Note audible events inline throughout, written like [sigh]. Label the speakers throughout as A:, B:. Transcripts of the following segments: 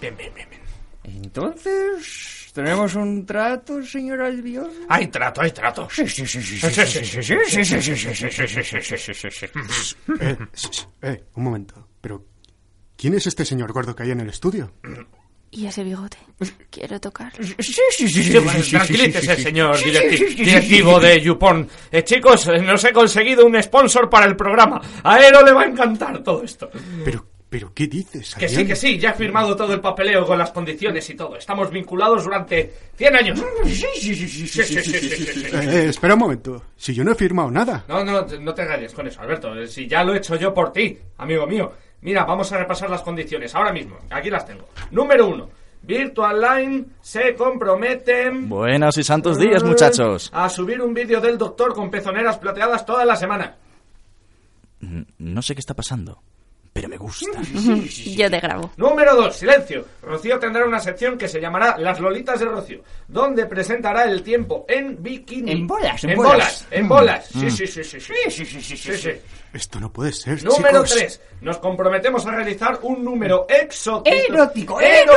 A: Bien, bien, bien, bien.
B: Entonces, ¿tenemos un trato, señor Albiol?
A: Hay trato, hay trato.
B: Sí, sí, sí, sí,
A: Sí,
B: sí,
A: sí,
B: sí,
A: sí, sí,
B: sí,
A: sí, sí,
B: sí, sí,
A: sí, sí,
B: sí, sí,
A: sí, sí,
B: sí, sí,
A: sí, sí, sí, sí.
C: Eh, sh- sh- eh, un momento. Pero, ¿quién es este señor gordo que hay en el estudio?
D: Y ese bigote. Quiero tocarlo.
B: sí, sí,
A: Sí, bueno,
B: sí, sí,
A: Tranquilícese,
B: sí.
A: señor
B: Sí, sí,
A: directi-
B: sí, sí, sí,
A: directivo
B: sí.
A: de Yupon. Eh, chicos, eh, nos he conseguido un sponsor para el programa. A Aero le va a encantar todo esto.
C: Pero, pero ¿qué dices?
A: Que sí,
C: Adrián?
A: que sí, ya he firmado todo el papeleo con las condiciones y todo. Estamos vinculados durante 100 años.
B: Sí, sí, sí, sí, sí, sí, sí, sí, sí.
C: Eh, eh, espera un momento. Si yo no he firmado nada.
A: No, no, no te rayes con eso, Alberto. Eh, Si ya lo he hecho yo por ti, amigo mío. Mira, vamos a repasar las condiciones ahora mismo. Aquí las tengo. Número uno. Virtual Line se comprometen...
E: Buenas y santos días, muchachos.
A: A subir un vídeo del doctor con pezoneras plateadas toda la semana.
E: No sé qué está pasando, pero me gusta.
D: Yo te grabo.
A: Número 2, silencio. Rocío tendrá una sección que se llamará Las Lolitas de Rocío, donde presentará el tiempo en bikini.
B: En bolas, en
A: en
B: bolas.
A: bolas. En bolas.
E: Mm.
A: Sí, sí, sí, sí, sí, sí, sí, sí, sí, sí.
C: Esto no puede ser,
A: Número
C: chicos.
A: 3. Nos comprometemos a realizar un número exótico.
B: Erótico,
A: erótico.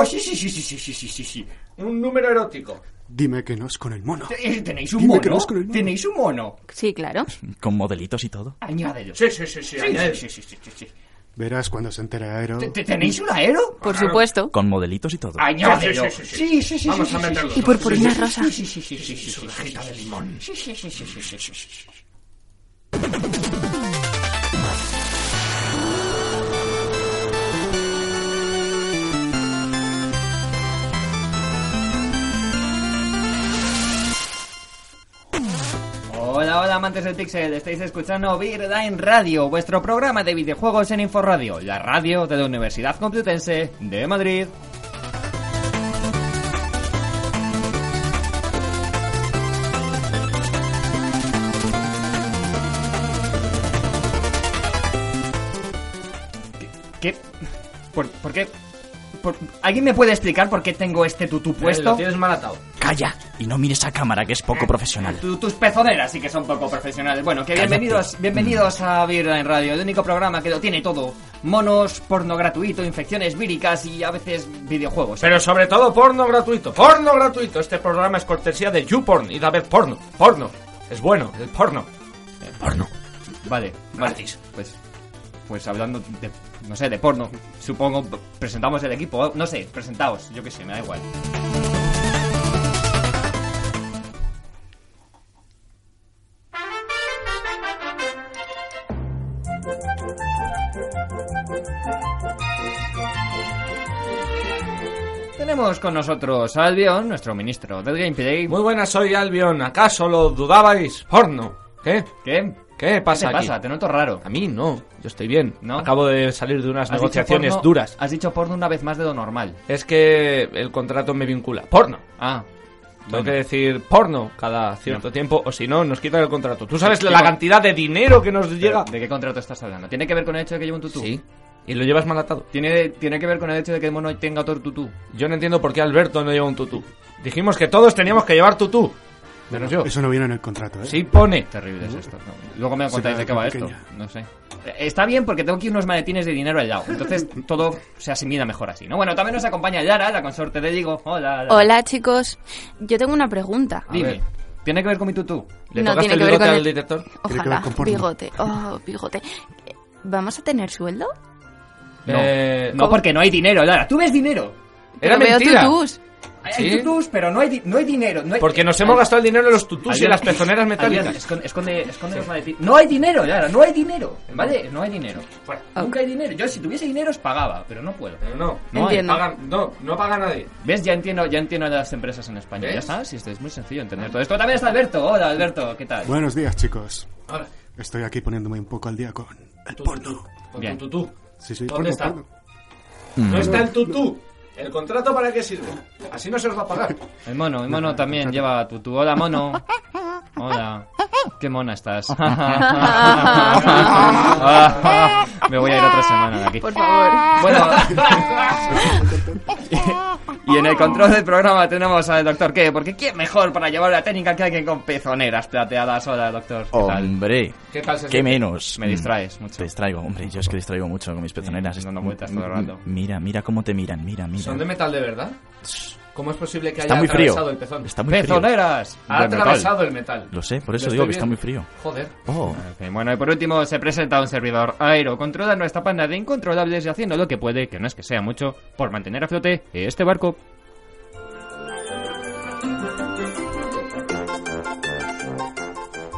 B: erótico. Sí, sí, sí, sí, sí, sí, sí, sí, sí.
A: Un número erótico.
C: Dime que no es con el mono.
B: Eh, ¿Tenéis un
C: Dime
B: mono?
C: que no es con el mono.
B: ¿Tenéis un mono?
D: Sí, claro.
E: Con modelitos y todo.
B: Añádelo.
A: Sí, sí, sí, sí.
B: Sí,
A: añade.
B: sí, sí, sí, sí, sí.
C: Verás cuando se entere Aero.
B: ¿Te- te- ¿Tenéis un aero?
D: Por supuesto.
E: Con modelitos y todo.
A: Sí,
B: Añádelo.
A: sí, sí, sí.
B: Sí, sí, sí.
A: Vamos
B: sí,
A: a
B: sí, sí,
A: meterlo.
B: sí.
D: Y purpurina
B: Sí,
D: rosa.
B: Sí, sí, sí, sí, sí. Su
A: rajita de limón.
B: Sí, sí, sí, sí, sí, sí, sí, sí, sí. Hola, hola amantes del Pixel, estáis escuchando Virda en Radio, vuestro programa de videojuegos en Inforradio, la radio de la Universidad Complutense de Madrid. ¿Qué? ¿Por, por qué? Por- ¿Alguien me puede explicar por qué tengo este tutú
A: Puesto.
B: puesto?
A: tienes mal atado.
E: Calla y no mires a cámara, que es
B: Eh.
E: poco profesional.
B: Tu- tus pezoneras sí que son poco profesionales. Bueno, que bienvenidos, bienvenidos a Virda en Radio, el único programa que lo tiene todo. Monos, porno gratuito, infecciones víricas y a veces videojuegos.
A: Pero sobre todo porno gratuito. Porno gratuito. Este programa es cortesía de YouPorn y David Porno. Porno. Es bueno, el porno. El porno.
B: Vale, vale.
A: Gratis.
B: Pues, pues hablando de, no sé, de porno, supongo, p- presentamos el equipo. No sé, presentaos, yo qué sé, me da igual. Tenemos con nosotros a Albion, nuestro ministro del gameplay.
A: Muy buenas, soy Albion. ¿Acaso lo dudabais? Porno. ¿Qué?
B: ¿Qué?
A: ¿Qué pasa
B: ¿Qué te
A: aquí?
B: pasa? Te noto raro.
A: A mí no. Yo estoy bien.
B: ¿No?
A: Acabo de salir de unas
B: Has dicho
A: negociaciones
B: porno-
A: duras.
B: Has dicho porno una vez más de lo normal.
A: Es que el contrato me vincula. Porno.
B: Ah,
A: Tengo
B: Bueno.
A: que decir porno cada cierto
B: No.
A: tiempo o si no nos quitan el contrato. ¿Tú sabes
B: Sí,
A: la
B: con-
A: cantidad de dinero que nos llega?
B: ¿De qué contrato estás hablando? ¿Tiene que ver con el hecho de que llevo un tutú?
A: Sí. y lo llevas mal atado.
B: Tiene, tiene que ver con el hecho de que el mono tenga otro tutú.
A: Yo no entiendo por qué Alberto no lleva un tutú. Dijimos que todos teníamos que llevar tutú. Menos yo.
C: Eso no viene en el contrato, ¿eh?
A: Sí pone.
B: Terrible es esto. ¿no? Luego me contáis
C: Será
B: de qué va
C: pequeña.
B: esto. No sé. Eh, Está bien porque tengo aquí unos maletines de dinero al lado.
A: [laughs]
B: Entonces todo se asimila mejor así, ¿no? Bueno, también nos acompaña Yara, la consorte de Digo. Hola. Yara.
D: Hola, chicos. Yo tengo una pregunta.
A: A
B: Dime.
A: ver.
B: ¿Tiene que ver con mi tutú?
A: ¿Le
D: No
A: tocaste
D: tiene
A: el
D: que ver
A: bigote
D: con
A: al
D: el-
A: director?
C: Tiene que
D: Ojalá.
C: ver con porno.
D: Bigote. Oh, bigote. Eh, ¿Vamos a tener sueldo?
B: No.
A: Eh,
B: No, porque no hay dinero, Yara. ¿Tú ves dinero?
A: Era
D: Pero veo
A: mentira.
D: tutús.
B: Hay
A: ¿Sí?
B: tutús, pero no hay, di- no hay dinero. No hay...
A: Porque nos hemos
B: Ay,
A: gastado el dinero en los tutús y en
B: Adrián,
A: las pezoneras
B: Adrián,
A: metálicas.
B: esconde, esconde, esconde los maletines. No hay dinero, Yara, no hay dinero. ¿Vale? No hay dinero.
A: Fuera.
B: Nunca hay dinero. Yo si tuviese dinero os pagaba, pero no puedo.
A: Pero no,
B: No hay.
D: Entiendo.
A: pagan- no, no paga nadie.
B: ¿Ves? Ya entiendo, ya entiendo las empresas en España.
A: ¿Ves?
B: Ya está, si esto es muy sencillo entender todo esto. También está Alberto. Hola, Alberto, ¿qué tal?
C: Buenos días, chicos.
A: Ahora,
C: Estoy aquí poniéndome un poco al día con el
A: tú,
C: porno.
A: con
B: Bien.
A: tu tutú.
C: Sí, sí,
A: ¿Dónde
C: porno,
A: está?
C: porno.
E: Mm.
A: No está el tutú. ¿El contrato para qué sirve? Así no se os va a pagar.
B: El mono, el mono también lleva tutú. Hola, mono. Hola. Qué mona
E: [laughs]
B: estás. Ah, Me voy a ir otra semana de aquí.
D: Por favor. [laughs]
B: Bueno. y en el control del programa tenemos al doctor ¿Qué? Porque ¿quién mejor para llevar la técnica que alguien con pezoneras plateadas? Hola, doctor. ¿Qué
E: Oh,
B: tal?
E: Hombre,
A: ¿Qué tal se
E: qué
A: siente?
E: menos.
B: Me distraes mucho.
E: Te distraigo, hombre. Yo es que distraigo mucho con mis pezoneras.
B: dando vueltas todo el rato.
E: Mira, mira cómo te miran, mira, mira.
A: ¿Son de metal de verdad? ¿Cómo es posible que
E: Está
A: haya
E: muy
A: atravesado
E: frío.
A: el pezón?
E: Está muy frío.
B: ¡Pezoneras!
A: Ha
E: de metal.
A: atravesado el metal.
E: Lo sé, por
A: Lo
E: eso
A: estoy
E: digo que está muy
A: viendo.
E: frío.
A: Joder.
E: Oh,
B: Ok, bueno, y por último se presenta un servidor Aero. Controla nuestra panda de incontrolables y haciendo lo que puede, que no es que sea mucho, por mantener a flote este barco.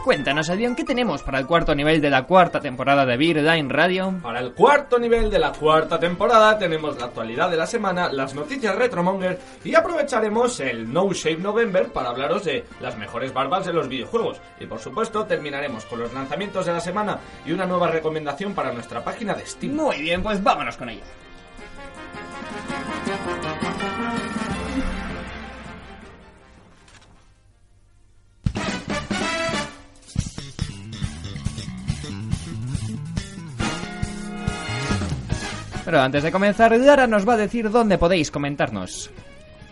B: Cuéntanos, Adrián, ¿qué tenemos para el cuarto nivel de la cuarta temporada de Beer Line Radio?
A: Para el cuarto nivel de la cuarta temporada tenemos la actualidad de la semana, las noticias Retromonger y aprovecharemos el No Shave November para hablaros de las mejores barbas de los videojuegos. Y por supuesto terminaremos con los lanzamientos de la semana y una nueva recomendación para nuestra página de Steam.
B: Muy bien, pues vámonos con ello. Pero antes de comenzar, Lara nos va a decir dónde podéis comentarnos.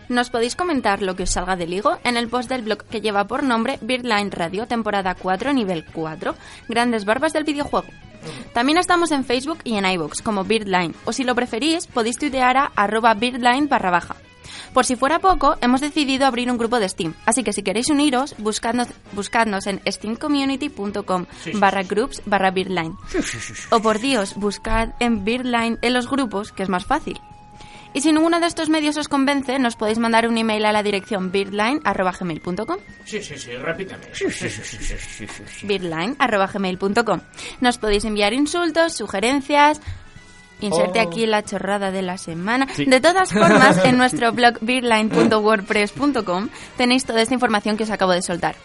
D: Nos podéis comentar lo que os salga del higo en el post del blog que lleva por nombre Birdline Radio, temporada 4, nivel 4, Grandes Barbas del Videojuego. También estamos en Facebook y en iVoox como Birdline, o si lo preferís, podéis tuitear a arroba Birdline barra baja. Por si fuera poco, hemos decidido abrir un grupo de Steam, así que si queréis uniros, buscadnos, buscadnos en steamcommunity.com barra groups barra Birdline. O por Dios, buscad en Birdline en los grupos, que es más fácil. Y si ninguno de estos medios os convence, nos podéis mandar un email a la dirección birdline.gmail.com
A: Sí, sí, sí, repíteme.
D: birdline.gmail.com Nos podéis enviar insultos, sugerencias... Inserte
A: Oh.
D: aquí la chorrada de la semana. De todas formas,
A: [laughs]
D: en nuestro blog birdline.wordpress.com tenéis toda esta información que os acabo de soltar.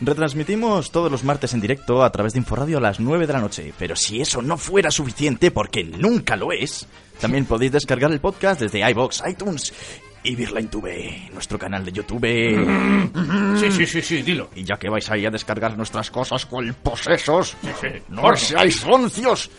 E: Retransmitimos todos los martes en directo a través de Inforadio a las 9 de la noche, pero si eso no fuera suficiente, porque nunca lo es, también podéis descargar el podcast desde iBox, iTunes y Birline TV, nuestro canal de YouTube.
A: [laughs] Sí, sí, sí, sí, dilo.
E: Y ya que vais ahí a descargar nuestras cosas con posesos,
A: sí,
E: no
A: porno.
E: seáis soncios.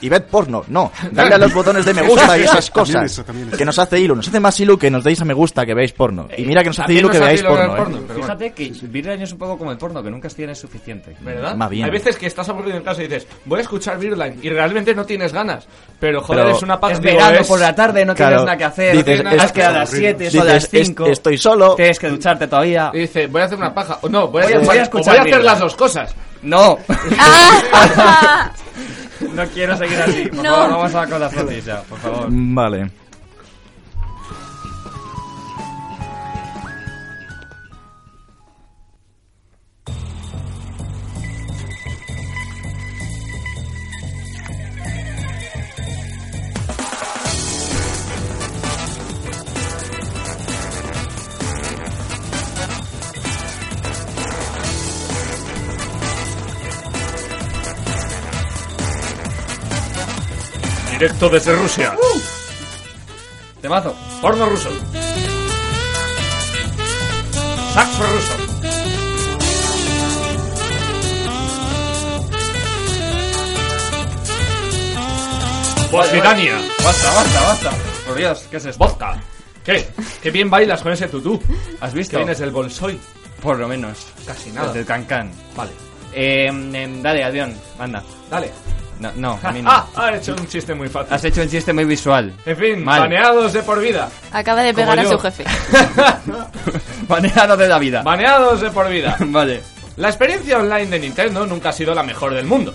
E: Y ved porno, no, dale
A: [laughs]
E: a los botones de me gusta y esas cosas.
C: También eso, también eso.
E: Que nos hace hilo, nos hace más hilo que nos deis a me gusta que veáis porno. Y mira que nos hace
A: También
E: hilo que
A: nos hace
E: veáis
A: hilo ver
E: porno. ¿eh?
A: porno, pero bueno,
B: Fíjate que Beer Line es un poco como el porno, que nunca tienes suficiente.
A: ¿Verdad?
E: Más bien.
A: Hay veces que estás aburrido en casa y dices, voy a escuchar Birdline y realmente no tienes ganas. Pero joder,
E: Pero
A: es una paz
B: Es verano por la tarde, no
E: Claro,
B: tienes nada que hacer.
E: dices,
B: no tienes-
E: es-
B: has quedado a las 7, son
E: Dices,
B: las
E: "Es-
B: 5.
E: estoy solo.
B: Tienes que ducharte todavía.
A: Y dice, voy a hacer una paja. O no, voy a,
B: Voy a-
A: hacer-
B: voy a escuchar
A: o voy a hacer
B: Birdline.
A: las dos cosas.
B: No,
D: ¡Ah!
B: no quiero seguir así. Por
D: No.
B: favor, vamos a con las Mm. noticias, por favor.
E: Vale.
A: Directo desde Rusia.
B: Temazo.
A: Porno ruso. Saxo ruso. Bosquitania.
B: Basta, basta, basta. Por Dios, ¿qué es esto?
A: Vodka. ¿Qué? ¿Qué bien bailas con ese tutú? [laughs]
B: ¿Has
A: Que
B: visto?
A: vienes del bolsoy.
B: Por lo menos.
A: Casi nada.
B: Del cancán.
A: Vale,
B: Eh, em, dale, Adrián, anda.
A: [laughs] dale.
B: No, no, a
A: Ah,
B: [laughs] mí no.
A: ah, ha hecho un chiste muy fácil.
B: Has hecho un chiste muy visual.
A: En fin,
B: Mal.
A: baneados de por vida.
D: Acaba de pegar
A: Como
D: a
A: yo.
D: su
A: [laughs]
D: jefe.
B: [laughs] Baneado de la vida.
A: Baneados de por [laughs] vida.
B: vale.
A: La experiencia online de Nintendo nunca ha sido la mejor del mundo.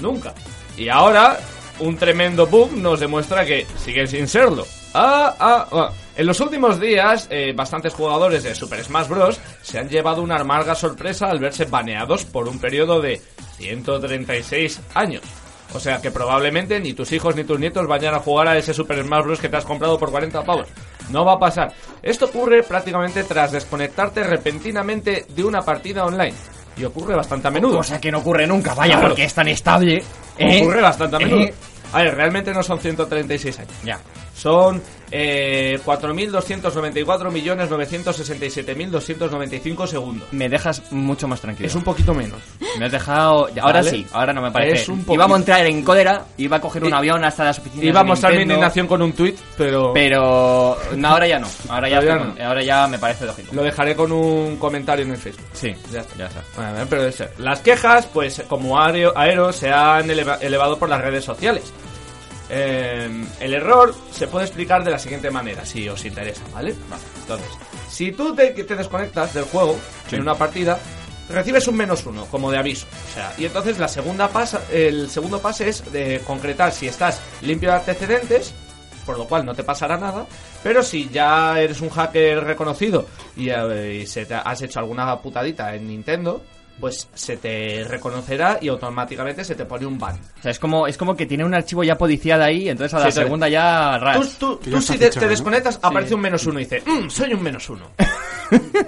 A: Nunca. Y ahora, un tremendo bug nos demuestra que sigue sin serlo. Ah, ah, ah. En los últimos días, eh, bastantes jugadores de Super Smash Bros. se han llevado una amarga sorpresa al verse baneados por un periodo de 136 años. O sea que probablemente ni tus hijos ni tus nietos vayan a jugar a ese Super Smash Bros. que te has comprado por 40 pavos. No va a pasar. Esto ocurre prácticamente tras desconectarte repentinamente de una partida online. Y ocurre bastante a menudo.
B: Cosa que no ocurre nunca, vaya,
A: Claro.
B: porque es tan estable. ¿eh?
A: Ocurre bastante a
B: ¿Eh?
A: menudo. A ver, realmente no son 136 años.
B: Ya.
A: Son eh, 4.294.967.295 segundos.
B: Me dejas mucho más tranquilo.
A: Es un poquito menos.
B: Me has dejado. Ahora
A: Vale.
B: sí, ahora no me parece.
A: Es un poquito-
B: Íbamos a entrar en cólera, iba a coger un
A: Y-
B: avión hasta las oficinas.
A: Iba a
B: de
A: mostrar mi
B: Nintendo,
A: indignación con un tuit, pero,
B: Pero. No, ahora ya no. Ahora ya,
A: Ahora
B: estoy
A: ya
B: con-
A: no.
B: ahora ya me parece lógico.
A: lo dejaré con un comentario en el Facebook.
B: Sí,
A: Ya está.
B: Ya está.
A: Bueno, pero es- las quejas, pues como aero, aero, se han eleva- elevado por las redes sociales. Eh, el error se puede explicar de la siguiente manera, si os interesa, ¿vale? Entonces, si tú te, te desconectas del juego en una partida, recibes un menos uno, como de aviso. O sea, y entonces la segunda pasa, el segundo pase es de concretar si estás limpio de antecedentes, por lo cual no te pasará nada, pero si ya eres un hacker reconocido y, eh, y se te has hecho alguna putadita en Nintendo, pues se te reconocerá y automáticamente se te pone un ban.
B: O sea, es como, es como que tiene un archivo ya policial ahí, entonces a la
A: Sí, sí.
B: segunda ya ras.
A: Tú, tú-
C: Que
A: tú
C: ya está
A: si te,
C: fichado,
A: te
C: ¿no?
A: desconectas, aparece un menos uno y dice, "Mm, soy un menos
C: [laughs]
A: uno.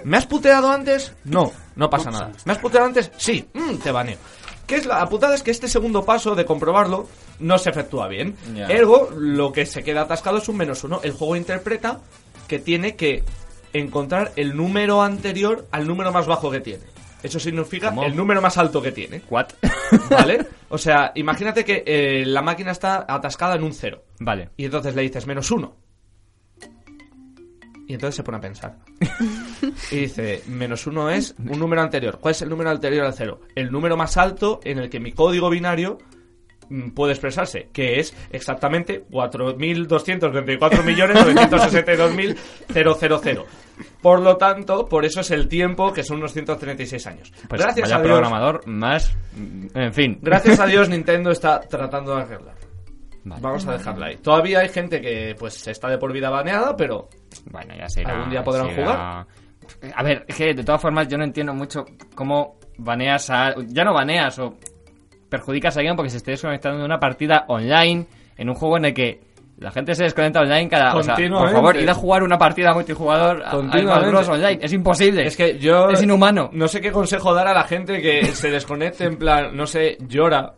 A: ¿Me has puteado antes? No, no pasa nada. ¿Me has puteado antes? Sí, mm, te baneo. ¿Qué es la, la putada es que este segundo paso de comprobarlo no se efectúa bien.
B: Ya.
A: Ergo, lo que se queda atascado es un menos uno. El juego interpreta que tiene que encontrar el número anterior al número más bajo que tiene. Eso significa
B: ¿Cómo?
A: el número más alto que
B: [laughs]
A: tiene.
B: What?
A: ¿Vale? O sea, imagínate que eh, la máquina está atascada en un cero.
B: vale.
A: Y entonces le dices menos uno. Y entonces se pone a pensar.
B: [laughs]
A: y dice, menos uno es un número anterior. ¿Cuál es el número anterior al cero? El número más alto en el que mi código binario mm, puede expresarse, que es exactamente 4.224.962.000. Por lo tanto, por eso es el tiempo, que son unos 136 años.
B: Pues
A: Gracias
B: vaya
A: a Dios,
B: programador más. En fin.
A: gracias a Dios Nintendo está tratando de arreglar.
B: Vale.
A: Vamos a dejarla ahí. Todavía hay gente que pues está de por vida baneada, pero
B: Bueno, ya será.
A: ¿Algún día podrán
B: será- A ver, es que de todas formas yo no entiendo mucho cómo baneas a. Ya no baneas o perjudicas a alguien porque se esté desconectando de una partida online en un juego en el que la gente se desconecta online cada. O sea, por
A: Continuamente.
B: favor, ir a jugar una partida multijugador a- al Smash
A: Continuamente.
B: Bros. online. Es imposible.
A: es que yo
B: Es inhumano.
A: No sé qué consejo dar a la gente que se desconecte en plan, no sé, llora.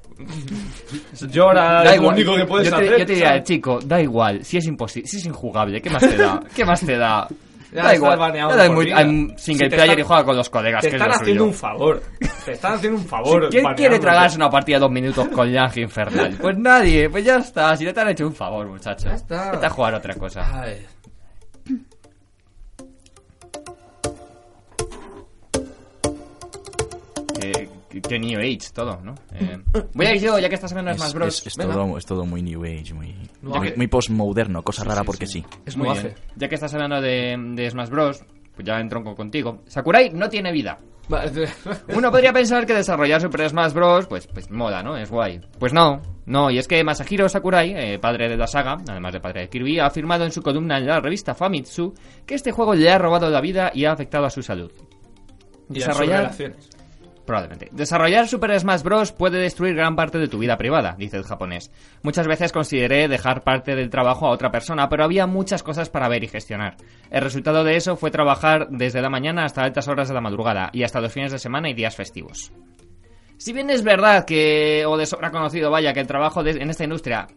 A: llora, es lo único que puedes
B: yo te,
A: hacer.
B: yo te diría,
A: ¿sabes?
B: chico, da igual, si es imposible, si es injugable, ¿qué más te
A: [laughs]
B: da? ¿Qué más te da?
A: Ya
B: da
A: estás
B: igual.
A: baneado
B: Ya da
A: por
B: muy-
A: vida.
B: hay single
A: Si te
B: player
A: están-
B: y juega con los colegas.
A: Te
B: que es
A: están
B: lo
A: haciendo
B: suyo.
A: un favor. Te están haciendo un
B: Si-
A: favor.
B: ¿Quién quiere
A: baneándote.
B: tragarse una partida de dos minutos con Yang Infernal? Pues nadie, pues ya está. Si ya te han hecho un favor, muchachos.
A: Ya está. Ah.
B: Vete a jugar otra cosa.
A: Ay.
B: Qué, qué- qué New Age todo, ¿no? Eh, voy a ir yo, ya que esta semana es,
E: Es,
B: más bros.
E: es- es
A: venga.
E: todo, es todo muy new age, muy,
A: No,
E: muy,
A: que-
E: muy postmoderno, cosa rara porque sí.
A: Es
B: Muy
A: muy
B: bien.
A: hace.
B: Ya que estás hablando de, de Smash Bros, pues ya entronco contigo. Sakurai no tiene vida.
A: Va-
B: [laughs] Uno podría pensar que desarrollar Super Smash Bros. Pues, pues moda, ¿no? Es guay. Pues no, no. Y es que Masahiro Sakurai, eh, padre de la saga, además de padre de Kirby, ha afirmado en su columna en la revista Famitsu que este juego le ha robado la vida y ha afectado a su salud.
A: Y las
B: Desarrollar
A: relaciones.
B: Probablemente. Desarrollar Super Smash Bros. puede destruir gran parte de tu vida privada, dice el japonés. Muchas veces consideré dejar parte del trabajo a otra persona, pero había muchas cosas para ver y gestionar. El resultado de eso fue trabajar desde la mañana hasta altas horas de la madrugada y hasta los fines de semana y días festivos. Si bien es verdad que, o de sobra conocido, vaya, que el trabajo de- en esta industria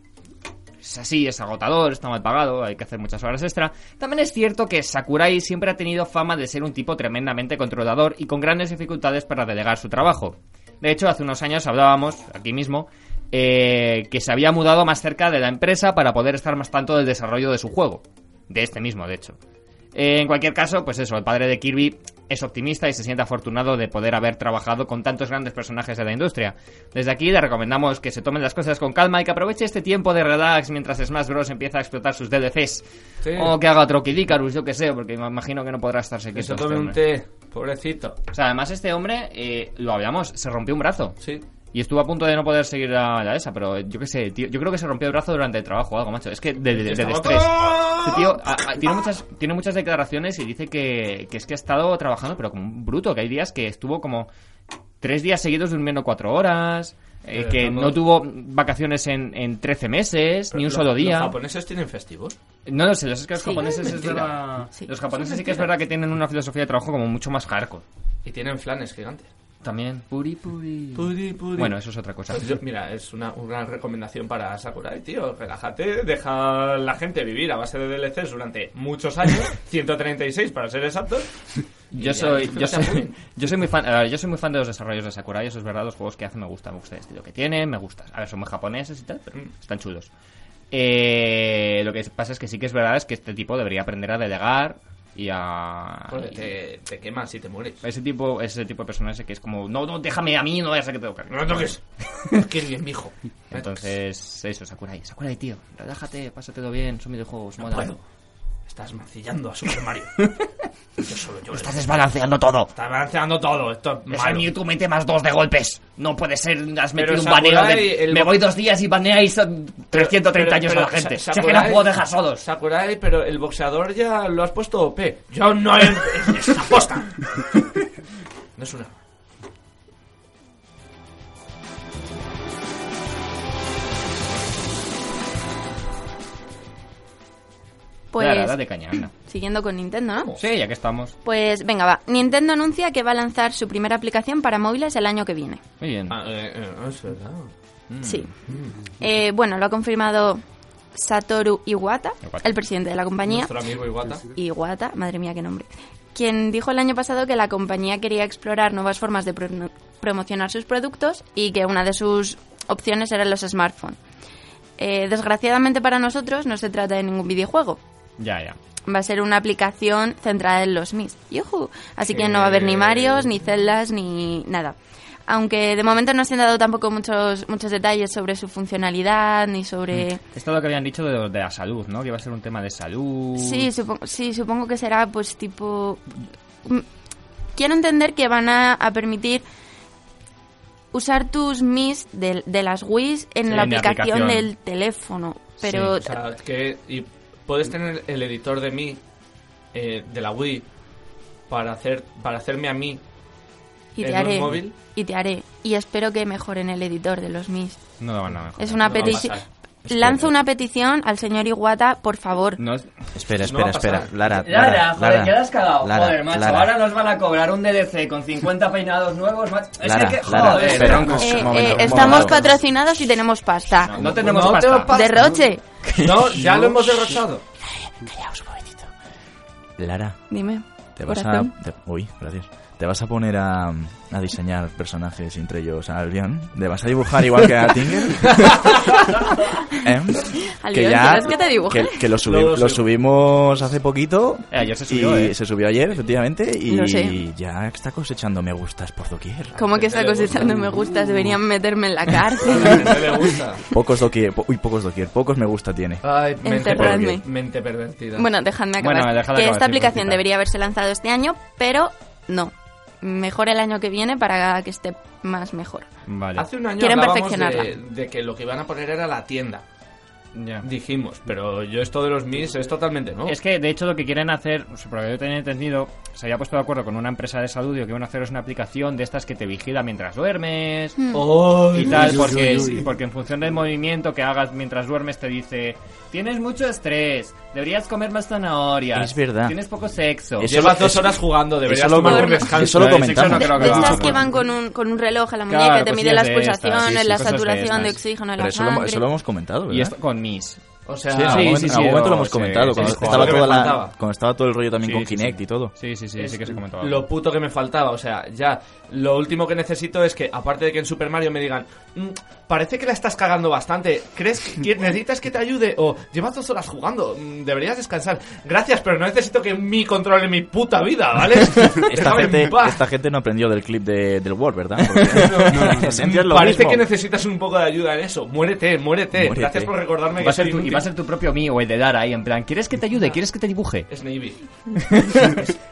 B: es así, es agotador, está mal pagado, hay que hacer muchas horas extra. También es cierto que Sakurai siempre ha tenido fama de ser un tipo tremendamente controlador y con grandes dificultades para delegar su trabajo. De hecho, hace unos años hablábamos, aquí mismo, eh, que se había mudado más cerca de la empresa para poder estar más tanto del desarrollo de su juego. De este mismo, de hecho. Eh, en cualquier caso, pues eso, el padre de Kirby es optimista y se siente afortunado de poder haber trabajado con tantos grandes personajes de la industria. Desde aquí le recomendamos que se tomen las cosas con calma y que aproveche este tiempo de relax mientras Smash Bros. empieza a explotar sus DLCs.
A: Sí.
B: O que haga otro Kid Icarus, yo que sé, porque me imagino que no podrá estarse
A: Que
B: quieto
A: se
B: este
A: tome un
B: hombre.
A: té, pobrecito.
B: O sea, además este hombre, eh, lo hablamos, se rompió un brazo.
A: Sí.
B: Y estuvo a punto de no poder seguir la, la esa, pero yo qué sé, tío, yo creo que se rompió el brazo durante el trabajo o algo, macho. Es que de, de- de- del
A: Estaba-
B: estrés. Este tío ah, ah, tiene, muchas, tiene muchas declaraciones y dice que, que es que ha estado trabajando, pero como un bruto, que hay días que estuvo como tres días seguidos durmiendo cuatro horas, eh,
A: Pero
B: que
A: estamos-
B: no tuvo vacaciones en, en 13 meses, ni un
A: Lo-
B: solo día.
A: ¿Los japoneses tienen festivos?
B: No lo sé, los, es que los
D: Sí,
B: japoneses
D: es
B: es
D: mentira.
B: verdad-
D: Sí,
B: Los
D: es
B: japoneses sí que es
D: mentira.
B: verdad que tienen una filosofía de trabajo como mucho más hardcore.
A: Y tienen flanes gigantes.
B: También. Puri, puri.
A: Puri, puri.
B: Bueno, eso es otra cosa.
A: Pues yo- mira, es una, una recomendación para Sakurai, tío. Relájate, deja a la gente vivir a base de DLCs durante muchos
B: [laughs]
A: años, 136 para ser exactos.
B: Yo
A: Y
B: soy,
A: ahí-
B: yo soy, [laughs] yo soy muy fan, a ver, yo soy muy fan de los desarrollos de Sakurai, eso es verdad, los juegos que hace me gustan, me gusta el estilo que tienen, me gusta, a ver, son muy japoneses y tal, pero
A: Mm.
B: están chulos. Eh, lo que pasa es que sí que es verdad es que este tipo debería aprender a delegar y a...
A: Porque
B: y-
A: pues te, te quemas y te mueres.
B: ese tipo, ese tipo de personaje que es como, no, no, déjame a mí, no vayas a que te toque.
A: No lo
B: [laughs]
A: toques. Qué bien, mijo.
B: Entonces, eso, Sakurai, Sakurai, tío, relájate, pásatelo bien, son videojuegos, mola.
A: Puedo. Estás mancillando a Super
B: [laughs]
A: Mario. yo solo yo.
B: Estás desbalanceando todo.
A: Estás balanceando todo. Esto es
B: Esa
A: malo.
B: Mewtwo mete más dos de golpes. No puede ser, has metido
A: Pero
B: un baneo
A: Sakurai,
B: de...
A: el-
B: Me voy dos días y baneáis a
A: Pero-
B: 330
A: pero-
B: años
A: pero
B: a la gente.
A: Sa-
B: sé que no
A: Sakurai-
B: puedo dejar solos.
A: Sakurai, pero el boxeador ya lo has puesto OP. Yo no
B: [laughs]
A: he... es una posta. No es una...
D: Pues
B: Dale, dale caña, anda.
D: siguiendo con Nintendo,
A: Oh.
D: ¿no?
B: Sí, ya que estamos.
D: Pues venga, va. Nintendo anuncia que va a lanzar su primera aplicación para móviles el año que viene.
B: Muy bien.
A: Ah, eh, eh, es verdad.
D: Sí. Eh, bueno, lo ha confirmado Satoru Iwata,
B: Iwata.
D: el presidente de la compañía.
A: Nuestro amigo Iwata.
D: Iwata, madre mía, qué nombre. Quien dijo el año pasado que la compañía quería explorar nuevas formas de pro- promocionar sus productos y que una de sus opciones eran los smartphones. Eh, desgraciadamente para nosotros no se trata de ningún videojuego.
B: Ya, ya.
D: Va a ser una aplicación centrada en los Mis. ¡Yujú! Así que no va a
A: Eh.
D: haber ni Marios, ni celdas, ni nada. Aunque de momento no se han dado tampoco muchos, muchos detalles sobre su funcionalidad, ni
A: Mm.
D: sobre...
B: Esto es lo que habían dicho de, de la salud, ¿no? Que iba a ser un tema de salud.
D: Sí, supongo, sí, supongo que será pues tipo... Mm, Quiero entender que van a, a permitir usar tus Mis de, de las Wii's en
B: Sí,
D: la
B: en la
D: aplicación,
B: aplicación.
D: del teléfono. Pero
A: O sea, que... Y puedes tener el editor de mí, eh, de la Wii, para, hacer, para hacerme a
E: [laughs]
A: mí.
D: y
A: en
D: te
A: un
D: haré...
A: móvil.
D: Y te haré. Y espero que mejoren el editor de los Mis.
B: No lo van a mejorar.
D: Es una
A: No va a
D: petición...
A: pasar.
D: Lanzo una petición al señor Iguata, por favor.
B: No es-
E: Espera,
A: No va a
E: espera,
A: pasar.
E: espera. Lara,
B: Lara,
E: Lara,
B: joder,
E: Lara,
B: quedas cagado.
E: Lara,
B: joder, macho,
E: Lara.
B: ahora nos van a cobrar un DLC con 50 peinados nuevos, macho. es
E: Lara,
B: que,
E: Lara,
B: joder,
E: espera.
B: tronco.
D: Eh,
E: un momento,
D: eh,
E: un
D: estamos
E: momento.
D: patrocinados y tenemos pasta.
B: No tenemos
A: No
B: pasta.
A: tengo pa-
D: Derroche.
A: No, ya lo hemos derrochado. [laughs]
E: Lara.
D: Dime.
E: Te vas a...
D: corazón.
E: te- uy, gracias. Te vas a poner a, a diseñar personajes, entre ellos a Albion. ¿Le vas a dibujar igual que a Tinger? ¿Eh?
D: Albion, ¿quieres que te dibuje?
E: que- que lo, subi-
A: No lo
E: lo
A: sé.
E: subimos hace poquito.
B: Eh, ayer se subió,
E: y
B: eh.
E: Se subió ayer, efectivamente. Y
D: Lo sé.
E: ya está cosechando me gustas por doquier.
D: ¿Cómo que está cosechando me gustas? Deberían meterme
E: [laughs]
D: en la cárcel.
A: No le gusta.
E: Pocos doquier. po- uy, pocos doquier. Pocos me gusta tiene.
A: Ay, mente, per-
D: Enterradme.
A: mente pervertida.
D: Bueno, dejadme acabar.
B: Bueno, dejadla acabar,
D: que esta
B: sí,
D: aplicación
B: pobrecita.
D: debería haberse lanzado este año, pero no. Mejor el año que viene para que esté más mejor.
B: Vale.
A: Hace un año
D: Quieren
A: hablábamos de,
D: perfeccionarla.
A: de que lo que iban a poner era la tienda.
B: Ya.
A: Dijimos, pero yo esto de los Mis es totalmente
E: Oh.
A: nuevo.
B: Es que, de hecho, lo que quieren hacer, o sea, por lo que yo tenía entendido, se había puesto de acuerdo con una empresa de salud y lo que iban a hacer es una aplicación de estas que te vigila mientras duermes
A: Hmm.
B: y tal,
C: uy,
B: porque,
C: uy, uy.
B: porque en función del movimiento que hagas mientras duermes te dice, tienes mucho estrés, deberías comer más zanahorias,
E: Es verdad.
B: tienes poco sexo.
E: Es-
A: Llevas
E: Eso lo-
A: dos horas jugando, deberías
E: eso lo-
A: tomar un
D: Duerme.
A: descanso.
E: eso lo
A: Eh,
E: comentamos.
A: sexo no
D: De,
A: creo que
D: de
A: lo
D: estas
A: hagamos.
D: que van con un, con un reloj a la
B: Claro,
D: muñeca, te mide
B: cosillas
D: las
B: de estas,
D: pulsaciones,
B: sí, sí,
D: la
B: cosas de
D: saturación de
B: estas.
D: oxígeno en
E: Pero
D: la
E: eso lo,
D: sangre.
E: eso lo hemos comentado, ¿verdad?
B: Y esto con mis. O sea,
E: Sí, en algún
B: Ah, sí,
E: momento,
B: sí,
E: en
B: sí,
E: algún momento
B: o
E: lo hemos
B: sea,
E: comentado.
B: sí,
E: cuando,
B: sí,
E: estaba
A: lo que
E: toda
A: me
E: la-
A: faltaba.
E: cuando estaba todo el rollo también
B: Sí,
E: con
B: sí,
E: Kinect y todo.
B: Sí, sí, sí,
A: Es
B: sí que se comentaba.
A: Lo puto que me faltaba, o sea, ya. Lo último que necesito es que, aparte de que en Super Mario me digan, "Mm, parece que la estás cagando bastante, ¿crees que
B: [laughs]
A: que necesitas que te ayude? O llevas dos horas jugando, mm, deberías descansar. Gracias, pero no necesito que mi controle mi puta vida,
B: [laughs]
A: ¿vale? [laughs]
E: Esta
A: Déjame en
E: gente,
A: paz".
E: esta gente no aprendió del clip de, del Word, ¿verdad? Porque [laughs] en esencia es lo
A: Parece
E: mismo.
A: que necesitas un poco de ayuda en eso. Muérete, muérete.
E: Muérete.
A: Gracias por recordarme
B: Y
A: que
B: va a ser
A: soy
B: tu, y
A: inútil.
B: va a ser tu propio mí o el de Dara ahí, en plan, ¿quieres que te ayude? ¿Quieres que te dibuje?
A: Es Navy.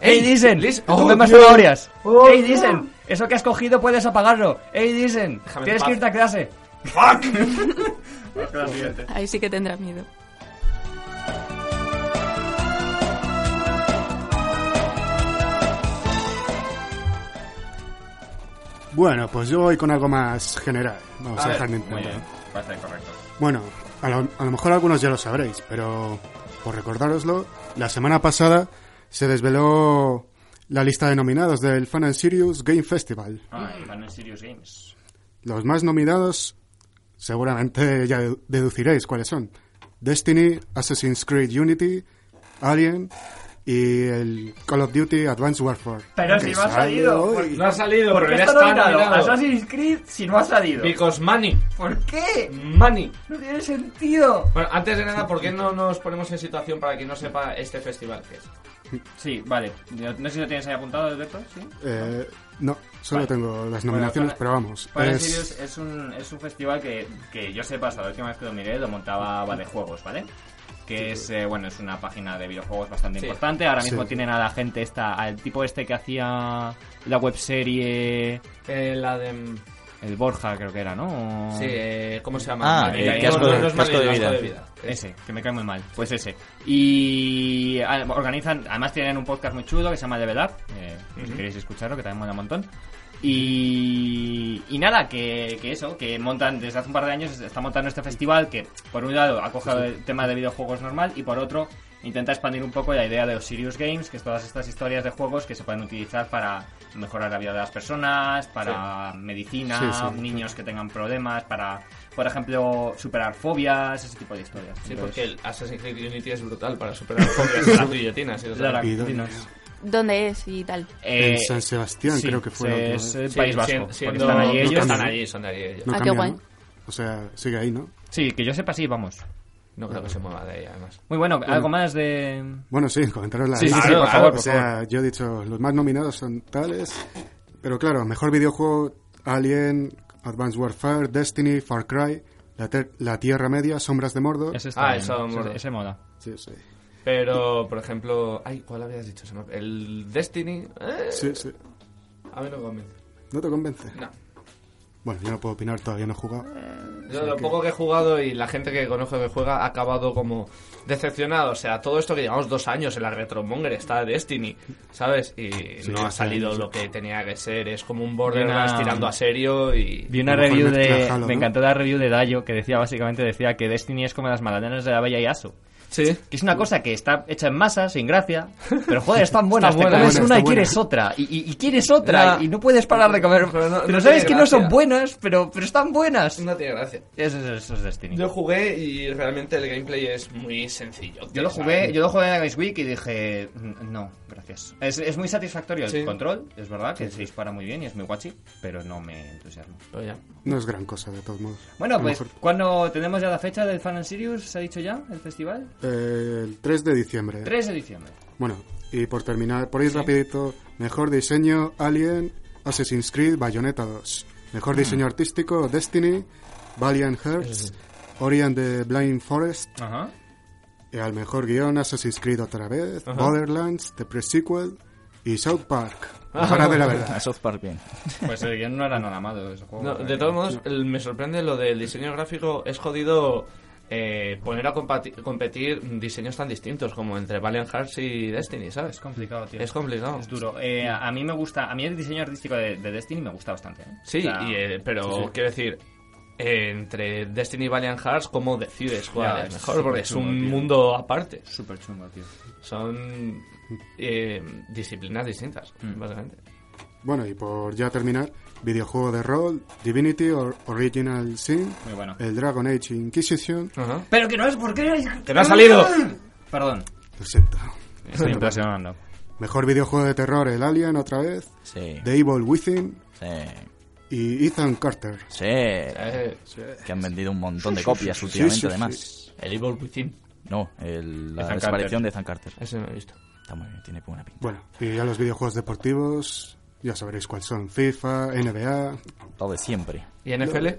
B: ¡Ey, dicen!
A: Liz-
B: ¡No
A: ¡Oh,
B: me más
A: Dios!
B: zanahorias!
A: ¡Oh,
B: ¡Ey,
A: no!
B: dicen! Eso que has cogido puedes apagarlo. ¡Ey, dicen!
A: Déjame en
B: Tienes
A: paz.
B: que irte a clase.
D: Ahí sí que tendrás miedo.
C: Bueno, pues yo voy con algo más general. Vamos a, dejar Nintendo.
B: Parece correcto.
C: Bueno, a lo, a lo mejor algunos ya lo sabréis, pero por recordároslo, la semana pasada se desveló la lista de nominados del Fan and Serious Game Festival.
B: Serious Games.
C: Los más nominados, seguramente ya de- deduciréis cuáles son. Destiny, Assassin's Creed Unity, Alien y el Call of Duty Advanced Warfare.
B: Pero
C: Que
B: si no ha
C: sale
B: salido,
C: hoy.
A: No ha salido,
B: ¿Por
A: pero
B: qué
A: ya
B: está
A: está
B: nominado Ah,
A: nominado.
B: Assassin's Creed si no ha salido?
A: Because money.
B: ¿Por qué?
A: Money.
B: No tiene sentido.
A: Bueno, antes de nada, ¿por qué no nos ponemos en situación para quien no sepa este festival que es?
B: Sí, vale. No sé si lo tienes ahí apuntado, Alberto. ¿Sí?
C: Eh, no, solo
B: Vale.
C: tengo las
B: Bueno,
C: nominaciones,
B: para-
C: pero vamos.
B: Para
C: es-
B: Sirius es un, es un festival que, que yo sepa, hasta la última vez que lo miré, lo montaba Valejuegos, ¿vale? Que es, eh, bueno, es una página de videojuegos bastante
A: Sí.
B: importante. Ahora
C: Sí.
B: mismo tienen a la gente esta, al tipo este que hacía la webserie...
A: Eh, la de...
B: El Borja, creo que era, ¿no? O-
A: Sí, eh, ¿cómo se llama?
E: Ah,
A: Madrid-
E: el
A: no,
E: casco de-
A: no es Madrid,
E: casco de
A: el
E: vida.
B: Ese, que me cae muy mal. Pues ese. Y ah, organizan, además tienen un podcast muy chulo que se llama Level Up. eh, Si queréis escucharlo, que también mola un montón. Y, y nada, que, que eso, que montan desde hace un par de años, está montando este festival que, por un lado, ha cogido el tema de videojuegos normal y por otro, intenta expandir un poco la idea de los Serious Games, que es todas estas historias de juegos que se pueden utilizar para mejorar la vida de las personas, para medicina,
C: Sí, sí.
B: niños que tengan problemas para, por ejemplo, superar fobias, ese tipo de historias.
A: Sí,
B: Entonces,
A: porque el Assassin's Creed Unity es brutal para superar fobias [laughs] y las guillotinas. y todo eso.
B: Lara,
C: Y-
B: dinos.
D: ¿Dónde es y tal?
B: Eh,
C: en San Sebastián
B: sí,
C: creo que fue.
B: sí, es
C: la última vez.
B: el
A: Sí,
B: País Vasco.
A: sien-
B: porque
A: siendo-
B: están allí
A: no
B: ellos.
A: están allí, son de allí ellos.
C: No
D: Ah, qué
C: cambia,
D: guay.
C: ¿no? O sea, sigue ahí, ¿no?
B: Sí, que yo sepa, sí, vamos.
A: No creo que se mueva de ahí, además.
B: Muy bueno, algo más de...
C: Bueno, sí, comentaros la
B: Sí, sí,
C: lista.
A: sí, por favor,
C: O
B: por
C: sea, yo he dicho, los más nominados son tales. Pero claro, mejor videojuego: Alien, Advanced Warfare, Destiny, Far Cry, La, Ter- La Tierra Media, Sombras de Mordor.
B: Ese
A: Ah,
B: está bien,
A: eso,
B: ¿no?
A: mola.
B: ese, ese mola.
C: Sí, sí.
A: Pero, por ejemplo... Ay, ¿cuál habías dicho? Se me- El Destiny... eh,
C: Sí, sí.
A: A mí no me convence.
C: ¿No te convence?
A: No.
C: Bueno, yo no puedo opinar, todavía no he jugado.
A: Yo lo poco que he jugado y la gente que conozco que juega ha acabado como decepcionado. O sea, todo esto que llevamos dos años en la Retromonger está Destiny, ¿sabes? Y no ha
C: sí,
A: salido
C: sí.
A: lo que tenía que ser. Es como un Borderlands
B: Una-
A: tirando a serio y...
B: Vi
C: A
B: una
C: lo mejor
B: review
C: mezcla
B: de...
C: Halo,
B: me
C: ¿no?
B: encantó la review de Dayo que decía, básicamente, decía que Destiny es como las magdalenas de la Bella y Aso.
A: Sí.
B: Que es una cosa que está hecha en masa,
A: [laughs]
B: sin gracia, pero joder, están buenas.
A: Está buena,
B: te comes
C: buena,
B: este una
C: está
B: y quieres
C: buena.
B: otra, y, y- y quieres otra,
A: Ya.
B: y no puedes parar de comer.
A: Pero
B: Pero,
A: no- no
B: sabes
A: tiene
B: que no son
A: gracia.
B: buenas, pero, pero están buenas.
A: No tiene gracia.
B: Eso, eso- eso es Destiny.
A: Yo jugué y realmente el gameplay es muy sencillo.
B: Yo lo jugué, yo lo jugué en la Games Week y dije, "Mm, no, gracias. Es, es muy satisfactorio el
A: Sí.
B: control, es verdad que se dispara muy bien y es muy guachi, pero no me entusiasmo.
A: Pero ya.
C: No es gran cosa, de todos modos. A
B: Bueno,
C: lo
B: pues
C: mejor-
B: cuando tenemos ya la fecha del Fan and Sirius, ¿se ha dicho ya el festival?
C: Eh, el 3 de diciembre.
B: 3 de diciembre.
C: Bueno, y por terminar, por ir rapidito, mejor diseño Alien, Assassin's Creed, Bayonetta 2. Mejor
B: Ah.
C: diseño artístico Destiny, Valiant Hearts, Ori and the Blind Forest.
B: Ajá.
C: Y al mejor guión Assassin's Creed otra vez, Borderlands, The Pre-Sequel y South Park.
B: Ah.
C: Ahora de la verdad.
E: A South Park bien.
B: Pues el guión no era nada malo ese juego. eh,
A: No, de todos modos, el- me sorprende lo del diseño gráfico. Es jodido eh, poner a compati- competir diseños tan distintos como entre Valiant Hearts y Destiny,
B: Es
A: ¿sabes?
B: complicado, tío.
A: Es complicado.
B: Es duro. Eh, a a mí me gusta, a mí el diseño artístico de, de Destiny me gusta bastante. ¿eh?
A: Sí,
B: O sea,
A: y, eh, pero quiero decir, eh, entre Destiny y Valiant Hearts, ¿cómo decides cuál
B: Ya,
A: es
B: es
A: mejor? Porque es
B: superchungo,
A: un
B: tío.
A: mundo aparte.
B: Súper chungo, tío. Mm.
A: Son eh, disciplinas distintas, básicamente.
C: Bueno, y por ya terminar, videojuego de rol, Divinity or Original Sin,
B: Muy bueno.
C: el Dragon Age Inquisition.
A: Ajá.
B: Pero que no es porque...
A: ¡Que no ha salido!
B: Perdón.
C: Lo siento.
B: Estoy impresionando.
C: Mejor videojuego de terror, el Alien otra vez,
E: Sí,
C: The Evil Within
E: sí,
C: y Ethan Carter.
E: sí.
A: Eh, sí.
E: Que han vendido un montón de copias últimamente,
C: sí, sí.
E: además.
A: El Evil Within.
E: No, el- la
B: Ethan
E: desaparición de Ethan Carter.
A: Ese no lo he visto.
E: Está muy bien, tiene buena pinta.
C: Bueno, y ya los videojuegos deportivos, ya sabréis cuáles son, FIFA, NBA,
E: Todo de siempre.
A: ¿Y NFL?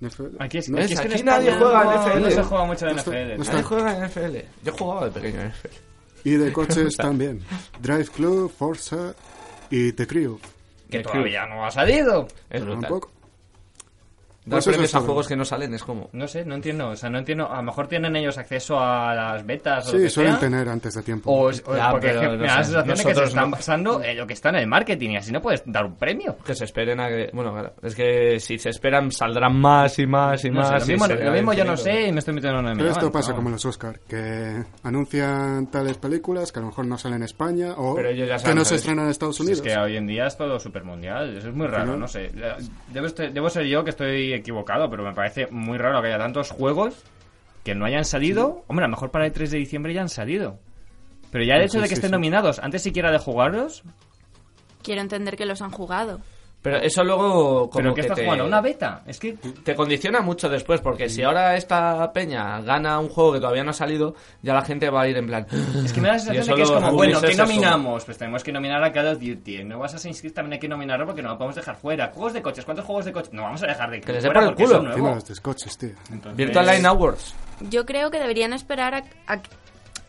C: NFL.
B: Aquí, es,
C: No,
A: es-
B: que en
A: aquí
B: España
A: nadie juega
B: no-
A: al NFL.
B: No se juega mucho en
C: No estoy-
B: NFL.
C: no
A: Nadie juega en NFL. Yo jugaba de pequeño en NFL.
C: Y de coches también, Drive Club, Forza y The Crew.
B: Que todavía no ha salido.
A: Es brutal.
C: Tampoco.
A: Dar
C: Pues eso
A: premios
C: es
A: a
C: todo.
A: juegos que no salen es como...
B: No sé, no entiendo. O sea, no entiendo. A lo mejor tienen ellos acceso a las betas o lo
C: Sí,
B: que
C: suelen
B: sea.
C: tener antes de tiempo.
B: O, es- o es
A: Ya,
B: porque
A: pero
B: es que
A: no
B: me da
A: sé.
B: la sensación de que se
A: Nosotros
B: están
A: no.
B: basando en lo que está en el marketing y así no puedes dar un premio.
A: Que se esperen a que... Bueno, claro, es que si se esperan saldrán más y más y
B: No
A: más.
B: sé, lo
A: y
B: mismo,
A: será
B: lo mismo yo no
A: infinito.
B: sé y me estoy metiendo en una
C: Pero
B: mierda,
C: esto pasa
B: no.
C: como en los Oscar, que anuncian tales películas que a lo mejor no salen en España o
A: Pero ellos ya
C: que
A: saben
C: no
A: que
C: se
A: es-
C: estrenan en Estados
B: Si
C: Unidos.
B: Es que hoy en día es todo supermundial, eso es muy raro, no sé. La- Debo, este- debo ser yo que estoy equivocado, pero me parece muy raro que haya tantos juegos que no hayan salido. Hombre, a lo mejor para el 3 de diciembre ya han salido. Pero ya el
C: Sí,
B: hecho de
C: sí,
B: que
C: sí,
B: estén
C: sí.
B: nominados antes siquiera de jugarlos,
D: Quiero entender que los han jugado.
A: Pero eso luego... Como
B: pero que,
A: que
B: estás
A: te...
B: jugando a una beta. Es que
A: te condiciona mucho después, porque si ahora esta peña gana un juego que todavía no ha salido, ya la gente va a ir en plan. "Ah,
B: Es que me da la
A: Y
B: sensación
A: eso
B: de que es
A: luego
B: como,
A: los
B: bueno, ¿qué
A: publishers es como-
B: nominamos? Pues tenemos que nominar a Call of Duty. No vas a inscribir también hay que nominarlo porque no lo podemos dejar fuera. Juegos de coches, ¿cuántos juegos de coches? No vamos a dejar de
A: Que les dé
B: fuera
A: por el
B: porque
A: culo.
B: son
C: Encima
B: nuevos.
C: los de coches, tío.
B: Entonces-
A: Virtual Line Awards.
D: Yo creo que deberían esperar a, a-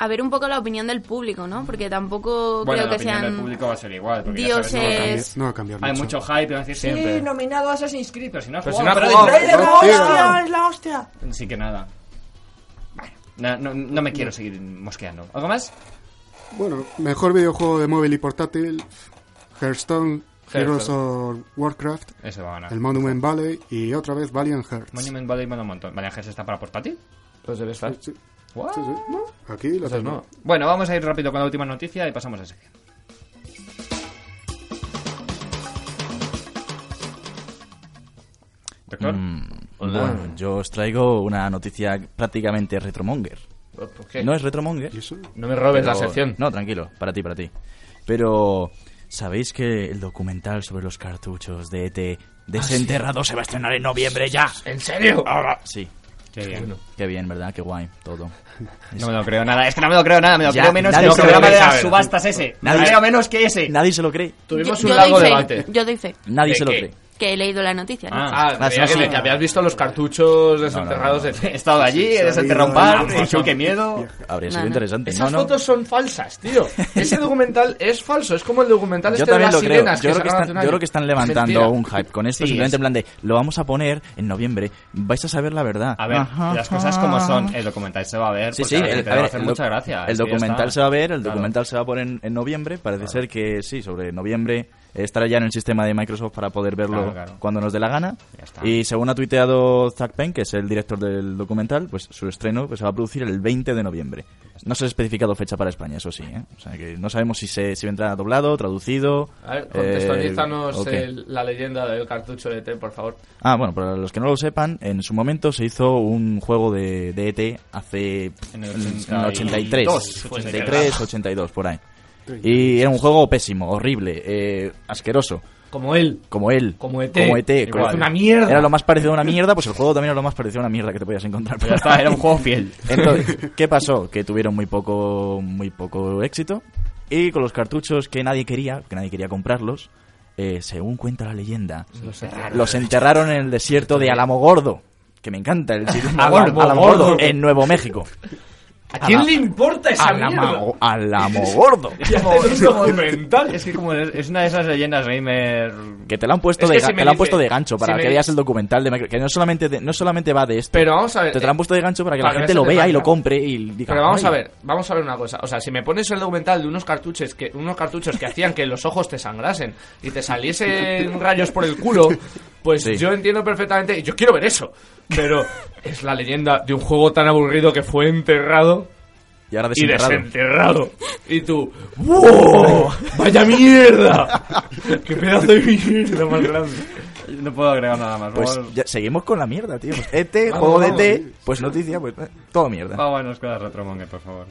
D: a ver un poco la opinión del público, ¿no? Porque tampoco
B: Bueno,
D: creo
B: la
D: que
B: opinión
D: sean...
B: del público va a ser igual. Porque ya
D: dioses.
B: sabes, ¿no?
C: Cambia-
D: Es-
C: no va a cambiar mucho.
B: Hay mucho hype, van a decir, sí,
A: Siempre.
B: nominado a Assassin's Creed, pero si no has
A: Pero si
B: jugado,
A: no has
B: pero
A: jugado.
B: el trailer
C: ¡Oh, tío!
A: ¡Hostia!
B: no- Así que nada. Bueno, no, no- no me quiero seguir mosqueando. ¿Algo más?
C: Bueno, mejor videojuego de móvil y portátil, Hearthstone, Heroes of Warcraft,
B: Eso va a ganar.
C: el Monument Valley y otra vez Valiant Hearts.
B: Monument Valley mola un montón. ¿Valiant Hearts está para portátil?
A: Pues debe estar.
C: Sí, sí,
B: What?
C: sí. Aquí lo
A: Entonces,
C: tengo.
A: no.
B: Bueno, vamos a ir rápido con la última noticia y pasamos a ese. Doctor,
E: Mm, Bueno, yo os traigo una noticia prácticamente retromonger.
A: ¿Por qué?
E: No
A: No,
E: es retromonger.
C: ¿Y eso?
A: me robes la
E: pero-
A: sección.
E: No, tranquilo, para ti, para ti. Pero, ¿sabéis que el documental sobre los cartuchos de ET
A: Ah,
E: desenterrado se va a estrenar en noviembre ya?
A: ¿En serio?
E: Ahora. Sí,
B: qué bien.
E: qué bien, ¿verdad? Qué guay, todo.
B: No me lo creo nada, es que no me lo creo nada, me lo
E: Ya,
B: creo menos que
E: nadie
B: el
E: se lo
B: programa
E: cree,
B: de las
A: ¿sabes?
B: subastas ese. Me lo
E: Nadie-
B: creo menos que ese.
E: Nadie se lo cree.
A: Tuvimos
D: yo,
A: un
D: yo
A: largo
D: doy fe,
A: debate.
D: yo doy fe,
E: Nadie
A: ¿De
E: se lo
A: qué?
E: cree.
D: que he leído la noticia. ¿no?
A: Ah,
E: Ah,
A: creía
E: sí,
A: que,
E: sí.
A: que habías visto los cartuchos desenterrados de.
B: He estado allí, he desenterrado un par, yo qué miedo.
E: Habría
D: No,
E: sido
D: no.
E: interesante.
A: Esas
E: no, no.
A: fotos son falsas,
E: [laughs]
A: tío. Ese documental es falso. Es como el documental
E: Yo
A: este de
E: también
A: las
E: lo creo.
A: sirenas
E: Yo creo, que
A: sacaron
E: están,
A: hace un
E: yo
A: año.
E: creo que están levantando
A: Mentira.
E: un hype con esto.
B: Sí,
E: simplemente
B: es-
E: en plan de, lo vamos a poner en noviembre, vais a saber la verdad.
B: A ver,
E: Ajá,
B: las cosas como
E: ajá.
B: son, el documental se va a ver, pues porque
E: Sí, sí,
B: a la
E: el,
B: gente le
E: a
B: va
E: ver,
B: a hacer
E: el doc-
B: mucha gracia.
E: El
B: es que ya
E: documental
B: está.
E: se va a ver, el
B: Claro.
E: documental se va a poner en, en noviembre. Parece ser que sí, sobre noviembre estará ya en el sistema de Microsoft para poder verlo
B: Claro, claro.
E: cuando nos dé la gana.
B: Ya está.
E: Y según ha tuiteado Zach Penn, que es el director del documental, pues su estreno pues, se va a producir el 20 de noviembre. No se ha especificado fecha para España, eso sí. ¿eh? O sea que no sabemos si se si vendrá doblado, traducido.
A: A ver,
E: eh,
A: contextualízanos
E: o qué.
A: el- la leyenda del cartucho de T, por favor.
E: Ah, bueno, para los que no lo sepan, en su momento se hizo un juego de, de ET hace pff,
B: En
E: en
B: el
E: el
B: 83,
E: 83,
B: 83,
E: 83, 82, por ahí. Y era un juego pésimo, horrible, eh, asqueroso.
A: Como él.
E: Como él.
A: Como ET.
E: Como ET.
A: Igual.
E: claro.
A: Es una mierda.
E: Era lo más parecido a una mierda, pues el juego también era lo más parecido a una mierda que te podías encontrar. por
B: Ya
E: ahí.
B: está, era un
E: [laughs]
B: juego fiel.
E: Entonces, ¿qué pasó? Que tuvieron muy poco, muy poco éxito. Y con los cartuchos que nadie quería, que nadie quería comprarlos, eh, según cuenta la leyenda, los enterraron en el desierto de Alamogordo. Que me encanta
A: [laughs]
E: el sitio
A: Alamogordo.
E: Alamogordo, en Nuevo México.
A: ¿A quién
E: Ala-
A: le importa esa mierda?
E: Alamo-
A: [laughs]
E: Alamogordo.
A: Es un documental.
B: Es que como es es una de esas leyendas gamer...
E: Que te la han puesto,
A: Es que
E: de,
A: si
E: ga-
A: me
E: te la han
A: dice-
E: puesto de gancho para
A: si me
E: que
A: di-
E: veas el documental de Micro- Que no solamente, de- no solamente va de esto.
A: Pero vamos a ver.
E: te, te la han puesto de gancho para que
A: para que
E: la gente
A: no
E: lo
A: se te
E: vea y
A: vaya.
E: lo compre y diga,
A: Pero vamos
E: "Ay".
A: a ver, vamos a ver una cosa. O sea, si me pones el documental de unos cartuchos que unos cartuchos que hacían que los ojos te sangrasen y te
E: [laughs]
A: saliesen rayos por el culo, pues
E: Sí.
A: yo entiendo perfectamente y yo quiero ver eso. Pero es la leyenda de un juego tan aburrido que fue enterrado
E: Y ahora
A: y
E: desenterrado.
A: desenterrado. Y
E: [laughs]
A: tú, ¡wow! ¡Vaya mierda! ¡Qué pedazo de mierda más grande!
B: No puedo agregar nada más.
E: Pues
B: vamos,
E: ya, seguimos con la mierda, tío. Pues ET,
A: Vamos,
E: juego de
A: vamos,
E: ET,
A: sí.
E: pues noticia, pues eh, todo mierda.
B: vámonos con la Retromonger, por favor.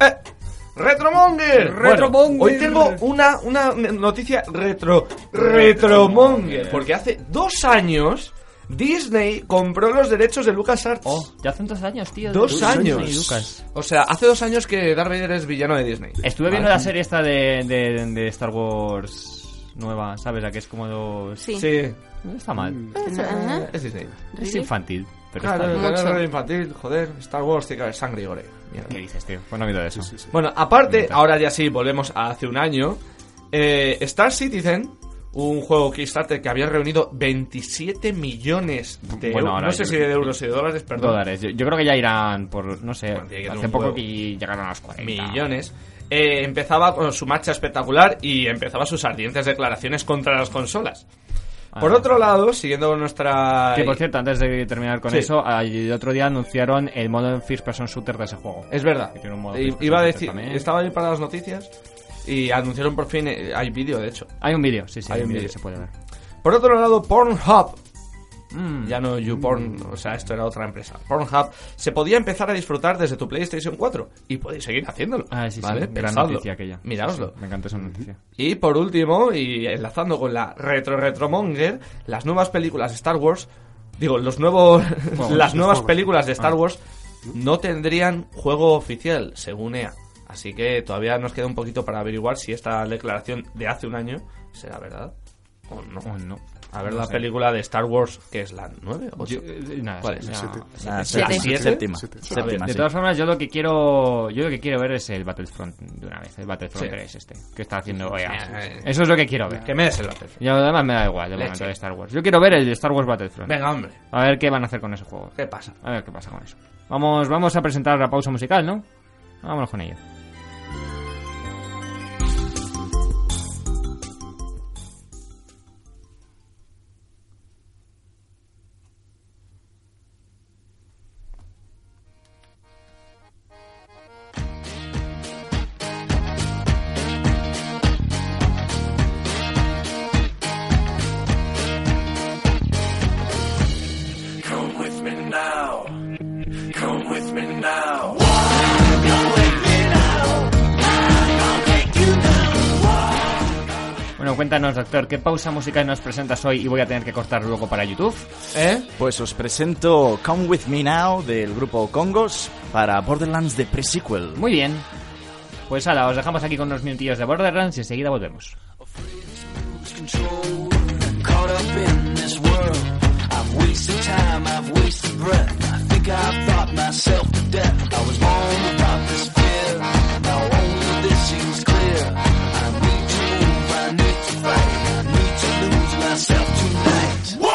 A: Eh, ¡Retromonger!
B: Retromonger.
A: Bueno, hoy tengo una, una noticia retro. ¡Retromonger! Porque hace dos años Disney compró los derechos de LucasArts.
B: Oh, ya hacen dos años, tío.
A: Dos
B: Disney
A: años.
B: y Lucas.
A: O sea, hace dos años que Darth Vader es villano de Disney.
B: Estuve viendo la serie esta de, de, de Star Wars nueva, ¿sabes? La que es como dos...
D: Sí. Pues ¿Eh?
A: Sí,
B: No está
E: Mm.
B: mal.
D: Ajá.
A: es Disney.
B: Es infantil, pero
A: Claro,
B: está
A: el
B: bien.
D: Mucho.
A: canal infantil, joder, Star Wars tiene que haber sangre y gore. Mierda.
B: ¿Qué dices, tío? Pues no ha habido de eso.
A: Bueno, aparte, ahora ya sí, volvemos a hace un año. eh, Star Citizen, un juego Kickstarter que había reunido 27 millones de
B: Bueno,
A: euros.
B: ahora
A: No sé
B: yo
A: si
B: creo
A: de euros y de dólares, perdón.
B: Dólares. Yo, yo creo que ya irán por, no sé,
A: Bueno, tiene que tener
B: hace
A: un
B: poco
A: juego.
B: que llegaron a los 40.
A: millones. eh, empezaba con su marcha espectacular y empezaba sus ardientes declaraciones contra las consolas. Por
B: Ah.
A: otro lado, siguiendo con nuestra...
B: Que por cierto, antes de terminar con
A: Sí.
B: eso, el otro día anunciaron el modo en First Person Shooter de ese juego.
A: eh, Es verdad.
B: Que tiene un modo
A: I-
B: PlayStation
A: Iba a
B: Plus
A: decir,
B: también.
A: estaba ahí para las noticias y anunciaron por fin, eh, hay vídeo de hecho.
B: Hay un vídeo, sí, sí,
A: Hay
B: hay un
A: un
B: vídeo que
A: vídeo.
B: se puede ver.
A: Por otro lado, Pornhub.
B: Mm.
A: Ya no YouPorn, o sea, esto era otra empresa. Pornhub se podía empezar a disfrutar desde tu PlayStation 4 y podéis seguir haciéndolo.
B: Ah, sí,
A: ¿vale?
B: sí, gran
A: Pensadlo.
B: noticia aquella.
A: Miraoslo.
B: Sí, sí, me encanta esa noticia.
A: Y por último, y enlazando con la retro retromonger, las nuevas películas de Star Wars, digo, los nuevos [laughs] las nuevas
C: juegos.
A: películas de Star Wars no tendrían juego oficial, según EA. Así que todavía nos queda un poquito para averiguar si esta declaración de hace un año será verdad o no.
B: Oh, no.
A: A ver
B: No
A: la
B: sé.
A: película de Star Wars, que es la 9 o
B: Yo-
A: 8.
B: eh, nada,
A: ¿Cuál
B: sí,
A: es?
B: no,
C: Siete.
B: sí.
E: Ah,
D: Siete.
A: Siete.
E: séptima, séptima,
C: Siete.
B: A ver,
E: séptima,
B: de
E: sí.
B: todas formas, yo lo que quiero yo lo que quiero ver es el Battlefront de una vez, el Battlefront
A: Sí.
B: 3 este, que está haciendo
A: sí,
B: EA.
A: sí.
B: Eso es lo que quiero ver.
A: Que me des el papel.
B: Yo lo demás me da igual de
A: Leche.
B: momento de Star Wars. Yo quiero ver el de Star Wars Battlefront.
A: Venga, hombre,
B: A ver qué van a hacer con ese juego.
A: ¿qué pasa?
B: A ver qué pasa con eso. Vamos, vamos a presentar la pausa musical, ¿no? Vámonos con ello.
F: Come with me now. Come with me now.
B: Bueno, cuéntanos, doctor, ¿qué pausa musical nos presentas hoy y voy a tener que cortar luego para YouTube?
A: ¿Eh?
E: Pues os presento Come With Me Now del grupo Congos para Borderlands The Pre-Sequel.
B: Muy bien. Pues ala, os dejamos aquí con unos minutillos de Borderlands y enseguida volvemos.
F: lose control. Caught up in this world. I've wasted time, I've wasted breath. I think I've thought myself to death. I was wrong about this fear. Now only this seems clear. I need to move, I need to fight. I need to lose myself tonight.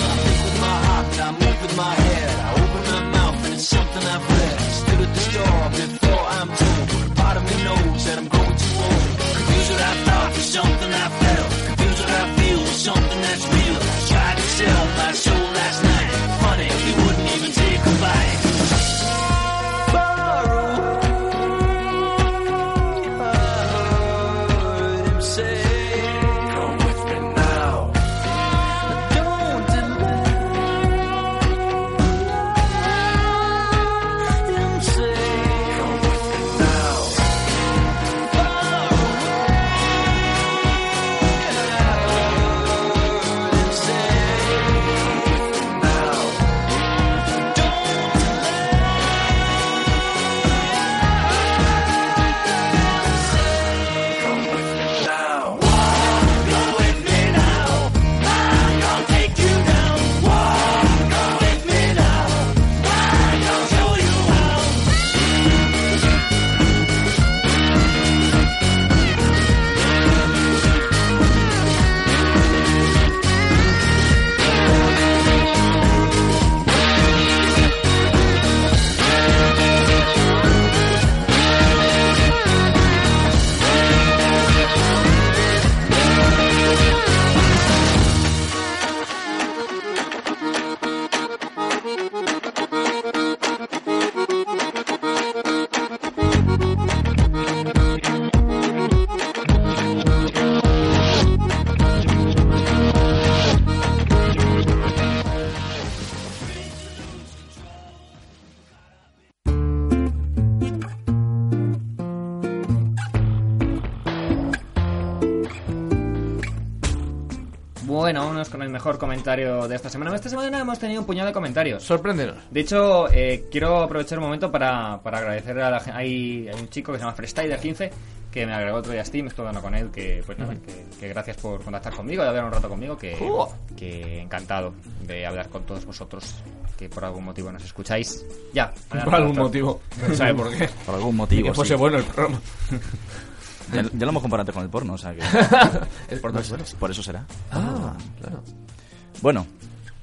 F: I move with my head. I open my mouth and it's something I've read. Stood at the store before I'm told. But a part of me knows that I'm growing too old. Confused what I thought with something I felt. Confused what I feel with something that's real. I tried to sell my soul.
B: Bueno, vámonos con el mejor comentario de esta semana. Esta semana hemos tenido un puñado de comentarios.
A: Sorpréndenos.
B: De hecho, eh, quiero aprovechar un momento para, para agradecer a la gente. Hay, hay un chico que se llama Freestyler15 que me agregó otro día a Steam, estuve hablando con él, que pues nada, que, que gracias por contactar conmigo y hablar un rato conmigo, que,
A: Cool.
B: que encantado de hablar con todos vosotros que por algún motivo nos escucháis. Ya,
A: Por algún motivo. No sabe por [laughs] qué.
E: Por algún
A: Y
E: motivo.
A: que fuese
E: sí.
A: bueno el programa.
E: Ya, ya lo hemos comparado antes con el porno, o sea que.
A: Es por
E: No
A: dos
E: sé,
A: horas.
E: Ah, Por eso será. Ah, claro. Bueno,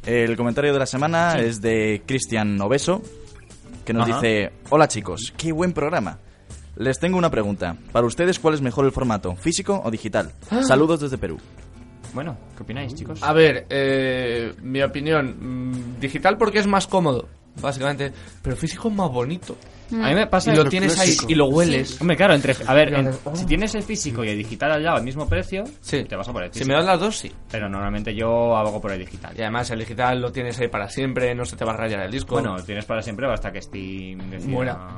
E: el comentario de la semana es de Cristian Noveso, que nos
A: Ajá.
E: dice: Hola chicos, qué buen programa. Les tengo una pregunta. Para ustedes, ¿cuál es mejor el formato, físico o digital? Saludos desde Perú.
B: Bueno, ¿qué opináis, chicos?
A: A ver, eh, mi opinión, mm, digital porque es más cómodo, básicamente, pero físico es más bonito.
B: A mí me pasa
A: y lo
B: que-
A: tienes ahí
C: clásico.
A: y lo hueles.
B: Hombre, claro, entre, a
A: [laughs]
B: ver, en-
A: Oh.
B: si tienes el físico y el digital al lado al mismo precio,
A: Sí.
B: te vas a por el
A: Si
B: físico.
A: me das las dos, sí.
B: Pero normalmente yo hago por el digital.
A: Y además el digital lo tienes ahí para siempre, no se te va a rayar el disco.
B: Bueno, tienes para siempre hasta que Steam decida... Pues
A: Muera.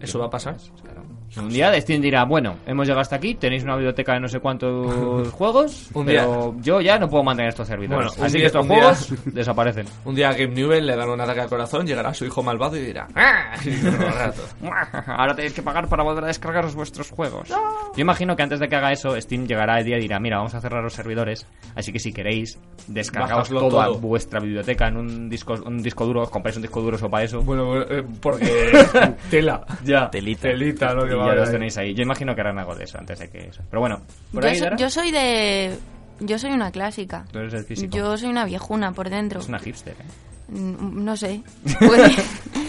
A: ¿Eso va a pasar?
B: Claro. Un día Steam dirá, bueno, hemos llegado hasta aquí, tenéis una biblioteca de no sé
A: [laughs]
B: cuántos juegos,
A: Un
B: pero yo ya no puedo mantener estos servidores.
A: Bueno, un
B: Así
A: día-
B: que estos
A: un día-
B: juegos desaparecen.
A: un día a Game Newell le dan un ataque al corazón, llegará su hijo malvado y dirá... "Ah", y correrá todo.
B: [laughs] Ahora tenéis que pagar para volver a descargaros vuestros juegos. Yo imagino que antes de que haga eso, Steam llegará el día y dirá, mira, vamos a cerrar los servidores, así que si queréis, descargaos
A: Bajadlo
B: toda
A: todo.
B: vuestra biblioteca en un disco, un disco duro, os compráis un disco duro solo para eso.
A: Bueno, eh,
B: [laughs]
A: porque... tela.
B: ya.
E: Telita.
A: Telita lo que
B: y
A: va a
B: ya
A: haber
B: los
A: ahí.
B: tenéis ahí. Yo imagino que harán algo de eso antes de que eso. Pero bueno, por
D: Yo,
B: ahí,
D: so-
B: Dara,
D: yo soy de... Yo soy una clásica.
B: tú eres el físico.
D: Yo soy una viejuna por dentro.
B: Es una hipster, ¿eh?
D: Mm, No sé. [laughs] Pues, Puede-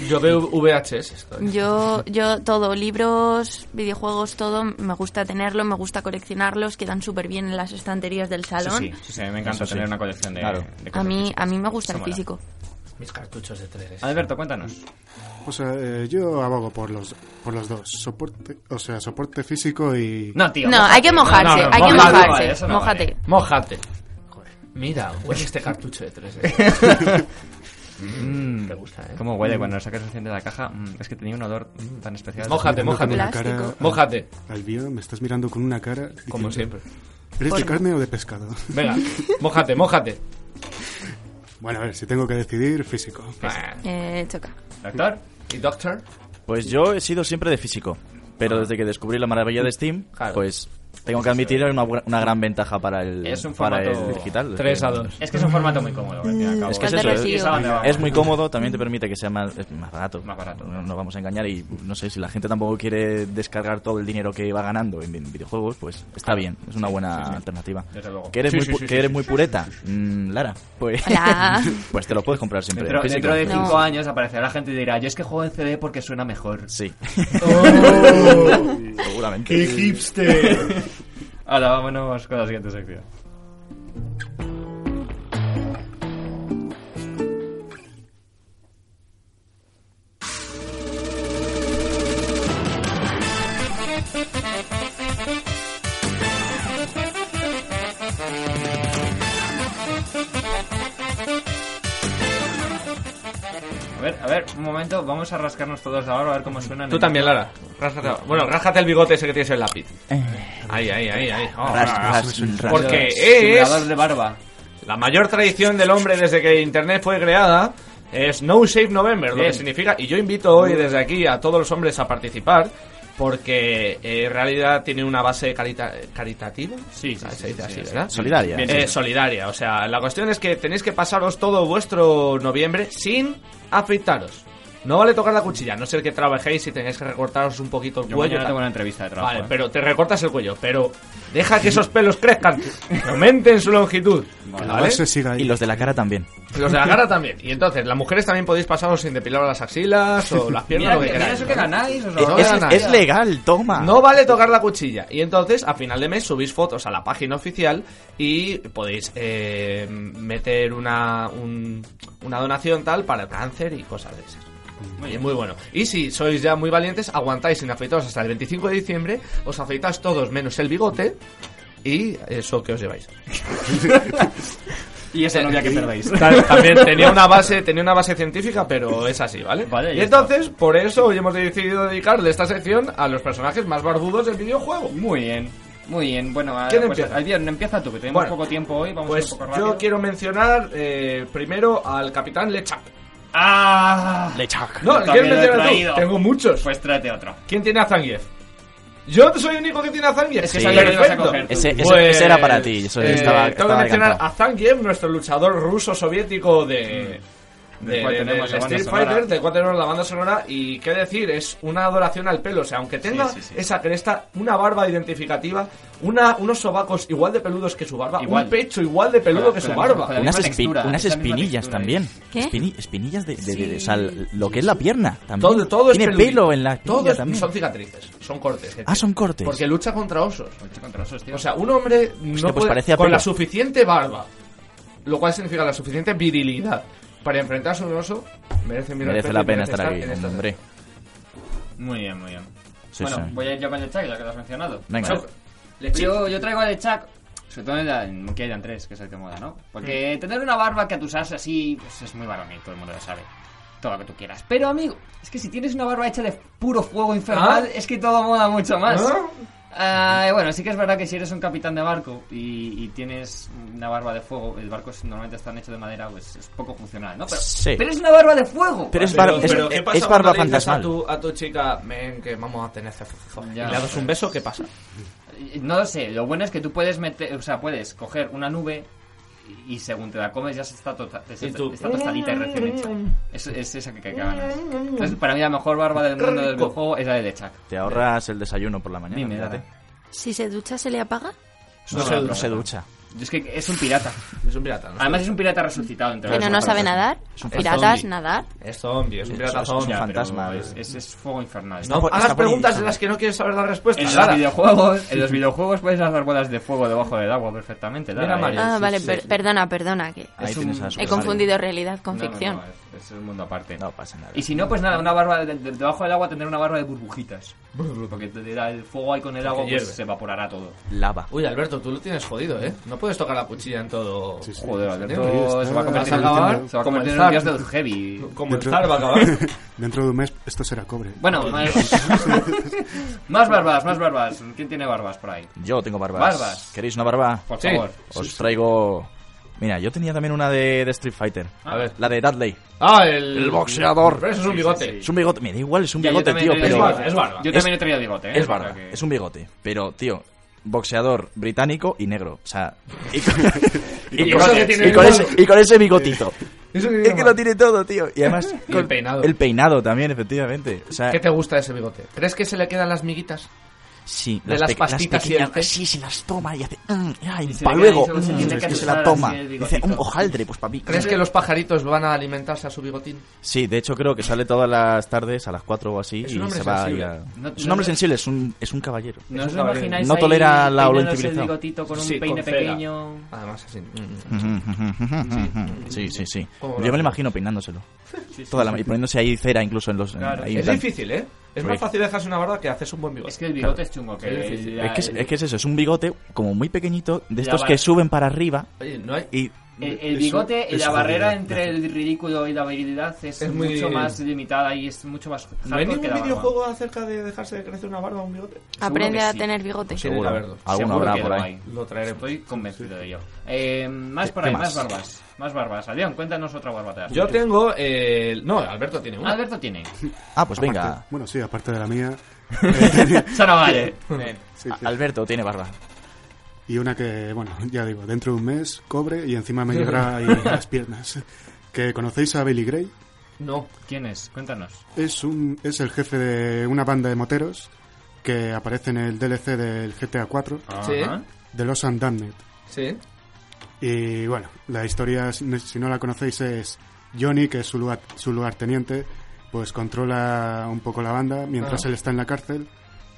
A: [laughs] Yo veo VHS esto. ¿eh?
D: yo, yo todo, libros, videojuegos, todo, me gusta tenerlo, me gusta coleccionarlos, quedan súper bien en las estanterías del
B: Sí,
D: salón.
B: sí, sí, sí, a mí me encanta
E: Eso sí.
B: tener una colección de,
E: Claro.
B: de
D: A
B: cosas
D: mí,
B: físicas.
D: a mí me gusta
B: Eso
D: el
B: mola.
D: físico.
A: Mis cartuchos de 3
B: Alberto, cuéntanos.
C: O sea, eh, yo abogo por los, por los dos. Soporte, o sea, soporte físico y...
B: No, tío.
D: No, hay que mojarse,
A: no,
D: hay
A: mojate,
D: que mojarse.
B: vale, eso no
D: Mójate.
B: vale.
A: Mojate. Mira, huele este cartucho de 3 [laughs]
B: Mm,
A: Te gusta, ¿eh?
B: ¿Cómo huele cuando lo sacas recién de la caja? Mm, es que tenía un olor mm, tan especial.
A: Mójate,
C: Mirando con
A: mójate.
C: una cara-
A: Mójate,
C: Albio, me estás mirando con una cara...
A: como
C: diciendo,
A: siempre.
C: ¿Eres de carne o de pescado? [laughs]
A: Venga, mójate, mójate.
C: Bueno, a ver, si tengo que decidir, físico.
D: Eh, choca.
B: [laughs] Doctor,
A: ¿Y Doctor?
E: Pues yo he sido siempre de físico, pero desde que descubrí la maravilla de Steam,
A: Claro.
E: pues tengo que admitir una, bu- una gran ventaja para el,
B: Es un
E: para
B: formato
E: el digital.
A: 3 a 2.
B: es que es un formato muy cómodo. al fin y al cabo.
E: Es que es
D: Bastante
E: eso, es-
D: residuo.
E: es,
B: a dónde vamos.
E: es muy cómodo, también te permite que sea más, es más barato.
B: Más barato.
E: No nos vamos a engañar y no sé, si la gente tampoco quiere descargar todo el dinero que va ganando en, en videojuegos, pues está bien, es una buena alternativa.
B: Desde luego.
E: Que eres
A: Sí,
E: muy,
A: sí,
E: pu-
A: sí,
E: que
A: sí,
E: eres
A: sí,
E: muy pureta, Mm, Lara, pues,
D: Hola.
E: [laughs] pues te lo puedes comprar siempre.
B: Dentro,
E: en físico.
B: dentro de
D: No.
B: 5 años aparecerá la gente y dirá: Yo es que juego en CD porque suena mejor.
A: [laughs]
E: Sí, [laughs]
A: ¡Qué
E: seguramente.
A: hipster!
B: Ahora vámonos con la siguiente sección. A ver, a ver, un momento, vamos a rascarnos todos ahora a ver cómo suenan.
A: Tú también, Lara. Rájate. Bueno, rájate el bigote ese que tienes en el lápiz. Ahí, ahí, ahí, ahí. Oh,
E: Eh. Ras,
A: ah.
E: ras, ras.
A: Porque
B: Simulador
A: es
B: de barba.
A: la mayor tradición del hombre desde que Internet fue creada. Es No Shave November, lo
B: Bien.
A: que significa. Y yo invito hoy desde aquí a todos los hombres a participar. Porque eh, en realidad tiene una base carita- caritativa.
B: Sí, sí,
A: Ah,
B: sí,
A: se dice
B: sí,
A: así,
B: sí,
A: ¿verdad?
E: Solidaria.
A: Eh, solidaria. O sea, la cuestión es que tenéis que pasaros todo vuestro noviembre sin afeitaros. No vale tocar la cuchilla, a no ser que trabajéis y tengáis que recortaros un poquito el
B: Yo
A: cuello.
B: mañana
A: tal.
B: tengo una entrevista de trabajo.
A: Vale,
B: ¿eh?
A: pero te recortas el cuello, pero deja que esos pelos crezcan, que aumenten su longitud.
C: Que
A: Vale.
C: la base siga ahí.
E: Y los de la cara también.
A: Los de la cara también. Y entonces, las mujeres también podéis pasaros sin depilar las axilas o las piernas,
B: Mira,
A: lo que
B: que- mira
A: queráis.
B: eso que
A: ¿no? Es-
B: ganáis. os ahorráis
E: es,
A: gana
E: es
A: nada.
E: legal,
B: Ah.
E: toma.
A: No vale tocar la cuchilla. Y entonces, a final de mes, subís fotos a la página oficial y podéis eh, meter una, un- una donación tal para el cáncer y cosas de esas. Muy, bien, muy bueno. Y si sois ya muy valientes, aguantáis sin afeitaros hasta el 25 de diciembre, os afeitáis todos menos el bigote y eso que os
B: [laughs]
A: lleváis.
B: Y esa novia que perdáis.
A: Tal- También tenía una base, tenía una base científica, pero es así, ¿vale?
B: Vale,
A: y
B: ya está.
A: entonces, por eso hoy hemos decidido dedicarle esta sección a los personajes más barbudos del videojuego.
B: [laughs] Muy bien. Muy bien, bueno, a-
A: ¿Quién
B: pues,
A: empieza?
B: Albion, empieza tú, que tenemos
A: Bueno,
B: poco tiempo hoy, vamos
A: Pues
B: un poco rápido.
A: yo quiero mencionar eh, primero al capitán Lechak.
B: ¡Ah!
E: Lechak.
A: No, ¿quieres
B: Yo también lo he
A: mencionar
B: traído.
A: tú? Tengo muchos.
B: Pues tráete otro.
A: ¿Quién tiene a Zangief? Yo soy el único que tiene a Zangief.
B: Es que
E: sabía que lo
A: Perfecto.
B: ibas a coger tú.
E: Ese, ese-
A: Pues,
E: ese era para ti. Eso
A: eh,
E: estaba,
A: tengo
E: estaba
A: que mencionar
E: decantado.
A: a Zangief, nuestro luchador ruso-soviético de...
B: Mm.
A: De,
B: Del cual
A: de- de
B: tenemos la banda
A: Street
B: sonora.
A: Fighter, del cual tenemos la banda sonora, y qué decir, es una adoración al pelo. O sea, aunque tenga
B: Sí, sí, sí.
A: esa cresta, una barba identificativa, una, unos sobacos igual de peludos que su barba,
B: Igual.
A: un pecho igual de peludo
B: Con la-
A: que su
B: con la misma-
A: barba.
B: con la
E: Unas,
B: misma
E: espi-
B: textura,
E: unas
B: es la misma
E: espinillas
B: textura,
E: también.
D: ¿Qué?
E: Espini- espinillas de, de- de- de-
D: Sí.
E: o sea, lo que es la pierna. También.
A: Todo, todo es
E: Mm. Tiene
A: peludito.
E: pelo en la
A: Todo
E: pierna
A: es-
E: también.
A: son cicatrices, son cortes.
E: Ah, son cortes.
A: Porque lucha contra osos.
B: Lucha contra osos, tío.
A: O sea, un hombre
E: Hostia,
A: no
E: pues
A: puede,
E: parece a
A: con
E: pelo.
A: la suficiente barba, lo cual significa la suficiente virilidad para enfrentarse a un oso, merece, mi
E: Merece
A: respeto
E: la
A: y
E: pena
A: merece
E: estar aquí,
A: en esta
E: hombre.
B: muy bien, muy bien.
E: Sí,
B: bueno,
E: sí.
B: voy a ir yo con el Chuck, ya que lo has mencionado.
E: Venga.
B: Chuck, Yo, yo traigo a LeChuck, sobre todo en, la, en que hayan tres, que es el que moda, ¿no? Porque tener una barba que atusarse así pues es muy varonil, todo el mundo lo sabe. Todo lo que tú quieras. Pero, amigo, es que si tienes una barba hecha de puro fuego infernal,
A: ¿Ah?
B: es que todo moda mucho más.
A: ¿Ah?
B: Ah, bueno, sí que es verdad que si eres un capitán de barco y, y tienes una barba de fuego, el barco normalmente están hechos de madera, pues es poco funcional, ¿no? Pero,
E: Sí.
B: pero es una barba de fuego.
E: Pero es
A: Ah, Pero-
E: barba- es-
A: pero ¿qué
E: es
A: pasa
E: barba
A: cuando le dices
E: fantasmal.
A: A tu, a tu chica, ven, que vamos a tener cefuzo. Y le
B: Ya.
A: das un beso, ¿qué pasa?
B: No lo sé, lo bueno es que tú puedes meter, o sea, puedes coger una nube y, y según te la comes ya se está, tota- te- se-
A: Y tú- mm,
B: está tostadita y recién hecha. Es, es esa que, que ganas. Entonces, para mí la mejor barba del mundo del
A: rico.
B: videojuego es la de Lechak.
E: Te ahorras el desayuno por la mañana.
B: Dime,
E: fíjate.
B: dale.
D: Si se ducha, ¿se le apaga?
E: No, se, no se ducha.
B: Yo Es que es un pirata.
A: Es un pirata. ¿no?
B: Además es un pirata resucitado. Entre
D: Pero
B: los
D: no
B: dos.
D: sabe nadar. Piratas,
A: zombie.
D: nadar.
A: Es zombie, es un
E: Es-
A: pirata
E: es un
A: zombie.
B: Ya, pero
E: fantasma.
B: Es, es- es fuego infernal.
A: No
E: Está
A: hagas
E: bonito,
A: preguntas de
E: está
A: las que no quieres saber la
E: pues
A: respuesta.
B: En los,
A: Lara.
B: videojuegos,
E: [laughs]
B: en los videojuegos puedes hacer bolas de fuego debajo del agua perfectamente.
A: Mira,
B: Lara, ¿eh?
A: Mario. Sí,
D: Ah,
A: sí,
D: vale,
A: sí.
D: per- perdona, perdona, que
E: Ahí
B: es
E: tienes
B: un-
E: a
B: he
D: he
E: Super Mario.
D: confundido realidad con
B: No, no,
D: ficción.
B: no, es, es un mundo aparte.
E: No pasa nada.
B: Y si no, pues nada, una barba de- de- debajo del agua tendrá una barba de burbujitas. Porque te da el fuego ahí con el agua pues
A: hierve.
B: se evaporará todo.
E: Lava.
A: Uy, Alberto, tú lo tienes jodido, ¿eh? No puedes tocar la cuchilla en todo.
C: Sí, sí.
B: Joder,
C: Sí,
B: Alberto
C: está-
B: se va a convertir en,
A: Vas a acabar
B: se va
A: como
B: a convertir
A: el
B: en un dios
A: zar.
B: del heavy.
A: Como el zar va a acabar.
C: [laughs] Dentro de un mes esto será cobre.
B: Bueno, más, más barbas, más barbas. ¿Quién tiene barbas por ahí?
E: Yo tengo barbas.
B: Barbas.
E: ¿Queréis una barba?
B: Por
A: Sí.
B: favor. Eh,
E: Os traigo. Mira, yo tenía también una de, de Street Fighter.
A: A ver.
E: La de Dudley.
A: Ah, el...
E: El boxeador.
A: Pero eso es un bigote.
E: Es un bigote. Me da igual, es un
B: Ya, yo
E: bigote,
B: también
E: tío.
B: he traído
E: Pero.
A: bigote, es barba.
B: Yo también he traído bigote, ¿eh?
E: Es
B: O
E: barba,
B: sea que-
E: es un bigote. Pero, tío, boxeador británico y negro. O sea, y
B: [laughs]
E: con, y
A: Y
E: con-
A: eso que tiene
E: y con
A: el
E: ese,
A: mundo.
E: y con ese bigotito.
A: Eso
E: Es que lo tiene todo, tío. Y además,
A: Y
E: con-
A: el peinado.
E: El peinado también, efectivamente. O sea,
A: ¿Qué te gusta de ese bigote? ¿Crees que se le quedan las miguitas?
E: sí,
A: de las
E: pe-
A: pastitas y
E: pequeñas-
A: el té?
E: Sí, se las toma y hace. mm, ay,
B: Y se
E: pa'
B: le queda
E: luego.
B: ahí, solo se
E: mm,
B: tiene
E: es
B: que
E: que se
B: asustar
E: la
B: así
E: toma.
B: el
E: Dice,
B: bigotito.
E: un hojaldre, pues papi.
A: ¿Crees que los pajaritos van a alimentarse a su bigotín?
E: Sí, de hecho, creo que sale todas las tardes a las 4 o así.
A: Es
E: Y
A: un hombre
E: se va
A: sensible.
E: a ir a-
B: No-
E: es
B: no-
E: un hombre sensible, es un, es un caballero.
B: ¿No os
A: un
B: lo
A: caballero.
B: imagináis
E: No
B: ahí
E: tolera la
B: peinándose
E: olentibilización.
B: el bigotito con un
A: Sí,
B: peine
A: con cera.
B: pequeño?
A: Además, así. mm, mm.
E: Sí, sí, sí.
A: ¿Cómo lo
E: Yo me lo
A: hace?
E: imagino peinándoselo. Toda la, y poniéndose ahí cera incluso en los... en-
B: Claro.
E: ahí en
A: Es
E: plan-
A: difícil, ¿eh? Es más
E: Sí.
A: fácil dejarse una barba que haces un buen bigote.
B: Es que el bigote es chungo. Que
A: Es difícil.
B: la-
E: Es que es, es que es eso, es un bigote como muy pequeñito, de estos
B: Ya,
E: que
B: vale.
E: suben para arriba
A: Oye, no hay...
E: y...
B: El, el
C: Eso-
B: bigote, y
C: eso
B: la barrera
C: debería-
B: entre el ridículo y la virilidad es,
A: Es muy-
B: mucho más limitada y es mucho más
A: ¿No hay
B: hardcore que
A: ningún
B: la barba.
A: videojuego acerca de dejarse crecer una barba o un bigote?
D: Aprende
B: que
D: a
B: sí.
D: tener bigote.
A: Sí. Tiene que haberlo.
E: Alguno
B: Seguro
E: habrá
B: que
E: por
B: lo pues,
E: ahí.
B: hay.
A: Lo traeremos.
B: Estoy convencido de ello. Eh, más por
E: ¿Qué
B: ahí, más?
E: más?
B: barbas. Más barbas. Adiós, cuéntanos otra barba. te das.
A: Yo tengo... eh, No, Alberto tiene una.
B: Alberto tiene.
E: Ah, pues
C: Aparte-
E: venga.
C: bueno, sí, aparte de la mía.
B: Sara Valle. [laughs]
C: sí,
E: A-
C: sí.
E: Alberto tiene barba.
C: Y una que, bueno, ya digo, dentro de un mes cobre y encima me llegará ahí las piernas. ¿Que conocéis a Billy Gray?
A: No.
B: ¿Quién es? Cuéntanos.
C: Es, un, es el jefe de una banda de moteros que aparece en el DLC del GTA 4
A: Sí.
B: Ajá.
C: de Los Damned.
A: Sí.
C: Y bueno, la historia, si no- si no la conocéis, es Johnny, que es su, lugar, su lugarteniente, pues controla un poco la banda mientras
A: Ah.
C: él está en la cárcel.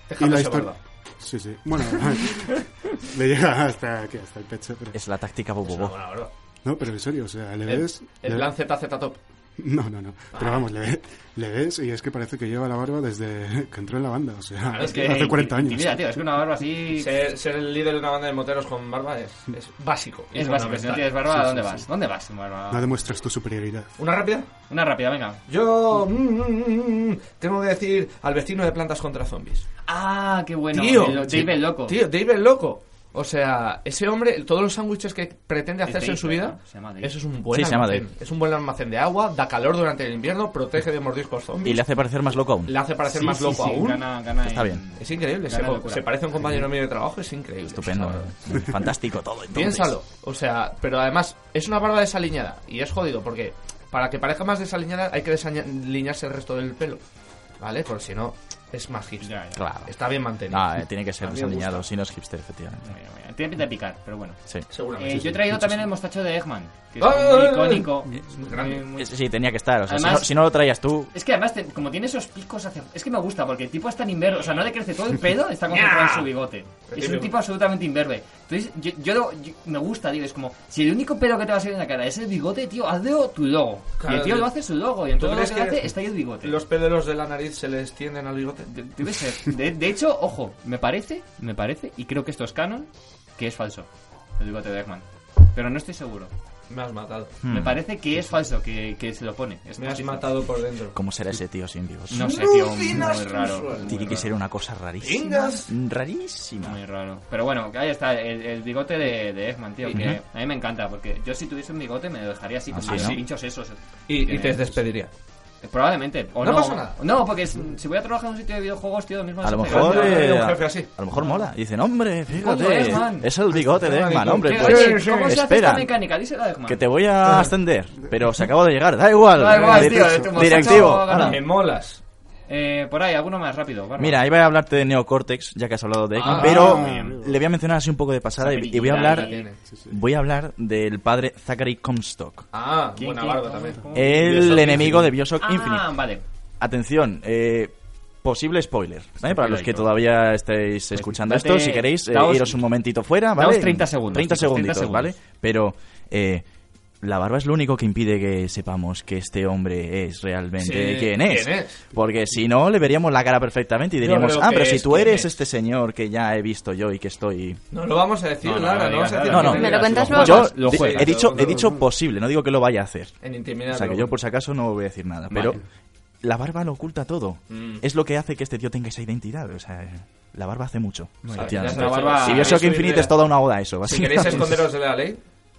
A: Dejando
C: la
A: esa
C: histori-
A: barba.
C: Sí, sí. Bueno, [laughs] le llega hasta aquí, hasta el pecho. Pero...
E: Es la táctica bobobo.
A: Bueno, barba.
C: No, pero en serio, o sea, le
A: El,
C: ves...
A: el
C: le-
A: plan ZZ Top.
C: No, no, no. Pero vamos, le, ve- le ves y es que parece que lleva la barba desde que entró en la banda. O sea,
B: Claro, es que
C: hace 40 años.
B: Mira, tío, es que una barba así...
A: Ser, ser el líder de una banda de moteros con barba es, es básico. y
B: Es básico, si
A: fundamental.
B: no tienes barba,
C: Sí,
B: ¿a
C: sí,
B: dónde
C: sí.
B: vas? ¿Dónde vas sin barba?
C: No demuestras tu superioridad.
A: ¿Una rápida?
B: Una rápida, venga.
A: Yo mm, mm, mm, mm, tengo que decir al vecino de plantas contra zombies.
B: Ah, qué bueno.
A: Tío,
B: el, Dave el loco.
A: Tío, Dave el loco. O sea, ese hombre, todos los sándwiches que pretende
B: Es
A: hacerse
B: Dave,
A: en su vida,
B: ¿no? Se llama Dave.
A: eso es un buen
E: Sí, se llama
A: almacén.
E: Dave.
A: Es un buen almacén de agua, da calor durante el invierno, protege de mordiscos
E: Y
A: zombies,
E: le hace parecer más loco aún.
A: le hace parecer
B: Sí,
A: más
B: sí,
A: loco
B: sí,
A: aún.
B: gana- gana
E: Está
B: en-
E: bien.
A: Es increíble, se,
B: Gana
A: po-
B: locura.
A: se parece a un compañero mío de trabajo, es increíble.
E: Estupendo. Mm,
A: Está-
E: Fantástico todo. entonces.
A: Piénsalo, o sea, pero además es una barba desaliñada y es jodido porque para que parezca más desaliñada hay que desaliñarse el resto del pelo, ¿vale? Porque si no es más hipster.
B: Ya, ya.
E: Claro.
A: Está bien mantenido.
E: Ah, eh, tiene que ser
A: A mí me gusta.
E: desaliñado, si no es hipster, efectivamente.
B: Mira, mira, Tiene pinta de picar, pero bueno.
E: Sí.
A: Seguramente.
B: Eh, yo he traído también el mostacho de Eggman, que es
A: ¡Ah, ah, ah, ah!
B: muy icónico.
A: Es muy grande.
B: Muy-
E: Es- Sí, tenía que estar. O sea, si
B: Además-
E: no- si no lo traías tú,
B: Es que además, te- como tiene esos picos hacia... Es que me gusta, porque el tipo es tan imberbe. O sea, no le crece todo el pedo, está concentrado en su bigote. Es un tipo absolutamente imberbe. Entonces, yo, yo lo- yo- me gusta, digo, es como... Si el único pelo que te va a salir en la cara es el bigote, tío, hazlo tu logo. y
A: Claro,
B: el tío
A: tío.
B: lo hace su logo, y
A: ¿Tú
B: entonces lo
A: crees
B: que,
A: que
B: hace está ahí el
E: eh.
B: bigote.
A: Los pelos de la nariz se le extienden al bigote. De-
B: Debe ser. eh, De, de hecho, ojo, me parece, me parece, y creo que esto es canon, que es falso. El bigote de Eggman. Pero no estoy seguro.
A: Me has matado.
E: hmm,
B: Me parece que es falso, que, que se lo pone. Es
A: Me has
B: falso.
A: matado por dentro.
E: ¿cómo será ese tío sin Dios?
B: No sé, tío, muy
A: Alucinas con
B: raro.
A: suerte.
B: muy
E: Tiene que
B: raro.
E: ser una cosa rarísima.
A: Vengas.
E: Rarísima.
B: Muy raro. Pero bueno, que ahí está el, el bigote de, de Eggman, tío, que a mí me encanta, porque yo si tuviese un bigote me lo dejaría así, con
E: Ah, sí,
B: los
E: ¿no?
B: pinchos esos.
A: Y, y
B: Tiene-
A: te despediría.
B: Probablemente. O
A: No
B: no,
A: pasa nada.
B: No, porque es- si voy a trabajar en un sitio de videojuegos, tío, lo mismo
E: A lo
B: es grande.
E: mejor.
A: grande,
E: eh,
A: un
E: a-
A: jefe así.
E: A lo mejor mola. Y Dicen, hombre,
B: Coño,
E: fíjate.
B: Eggman.
E: Es el bigote de Eggman, hombre.
B: Oye,
E: Pues,
B: ¿cómo se hace esta
E: espera,
B: mecánica? Díselo a Eggman.
E: que te voy a ascender. Pero se acabo de llegar. Da igual.
B: Da igual,
E: Di-
B: tío, de tu mostacho
E: Directivo.
B: gana.
E: Ala.
A: Me molas.
B: Eh, por ahí, alguno más rápido. Bárbara.
E: Mira, iba a hablarte de Neocortex, ya que has hablado de Eggman,
B: Ah,
E: pero
C: bien.
E: le voy a mencionar así un poco de pasada y, y voy a
B: Esa
E: hablar,
B: habilidad
C: Sí, sí.
E: voy a hablar del padre Zachary Comstock,
A: Ah,
B: ¿Quién-
A: buena
B: quién-
A: barba
B: cómo-
A: también.
B: cómo-
E: el
A: Bioshock
E: enemigo de Bioshock
B: Ah,
E: Infinite.
B: vale.
E: Atención, eh, posible spoiler. ¿vale? Para los que
B: Spoilerito.
E: todavía estéis escuchando
B: date-
E: esto, si queréis, eh,
B: daos-
E: iros un momentito fuera, ¿vale?
B: daos 30 segundos,
E: 30
B: chicos, 30
E: segunditos, ¿vale? Pero eh, la barba es lo único que impide que sepamos que este hombre es realmente
A: Sí,
E: quién, es.
A: quién es.
E: Porque si no, le veríamos la cara perfectamente y
A: Yo
E: diríamos,
A: creo
E: ah,
A: que
E: pero si
A: es
E: tú
A: quién
E: eres
A: es".
E: este señor que ya he visto yo y que estoy...
A: No lo vamos a decir,
B: No, no,
A: Lara,
B: no
A: no vamos a
B: digas
A: decir.
B: nada,
A: quién
B: no.
D: ¿Me
A: eres.
D: lo cuentas
B: Lo
D: luego?
E: Yo
B: juegas, lo
E: di-
B: juegas.
E: he dicho, he
A: Lo-
E: dicho posible, no digo que lo vaya a hacer.
A: En intimidad.
E: O sea, que
A: lo-
E: yo por si acaso no voy a decir nada. Pero
B: Vale.
E: la barba lo oculta todo.
A: Mm.
E: Es lo que hace que este tío tenga esa identidad. O sea, la barba hace mucho.
B: bien.
E: efectivamente.
B: Es una barba-
E: y
B: Si
E: Bioshock
A: queréis
E: Infinite
A: subirle-
E: es toda una oda a eso,
A: Si queréis
E: básicamente.
A: esconderos de la ley,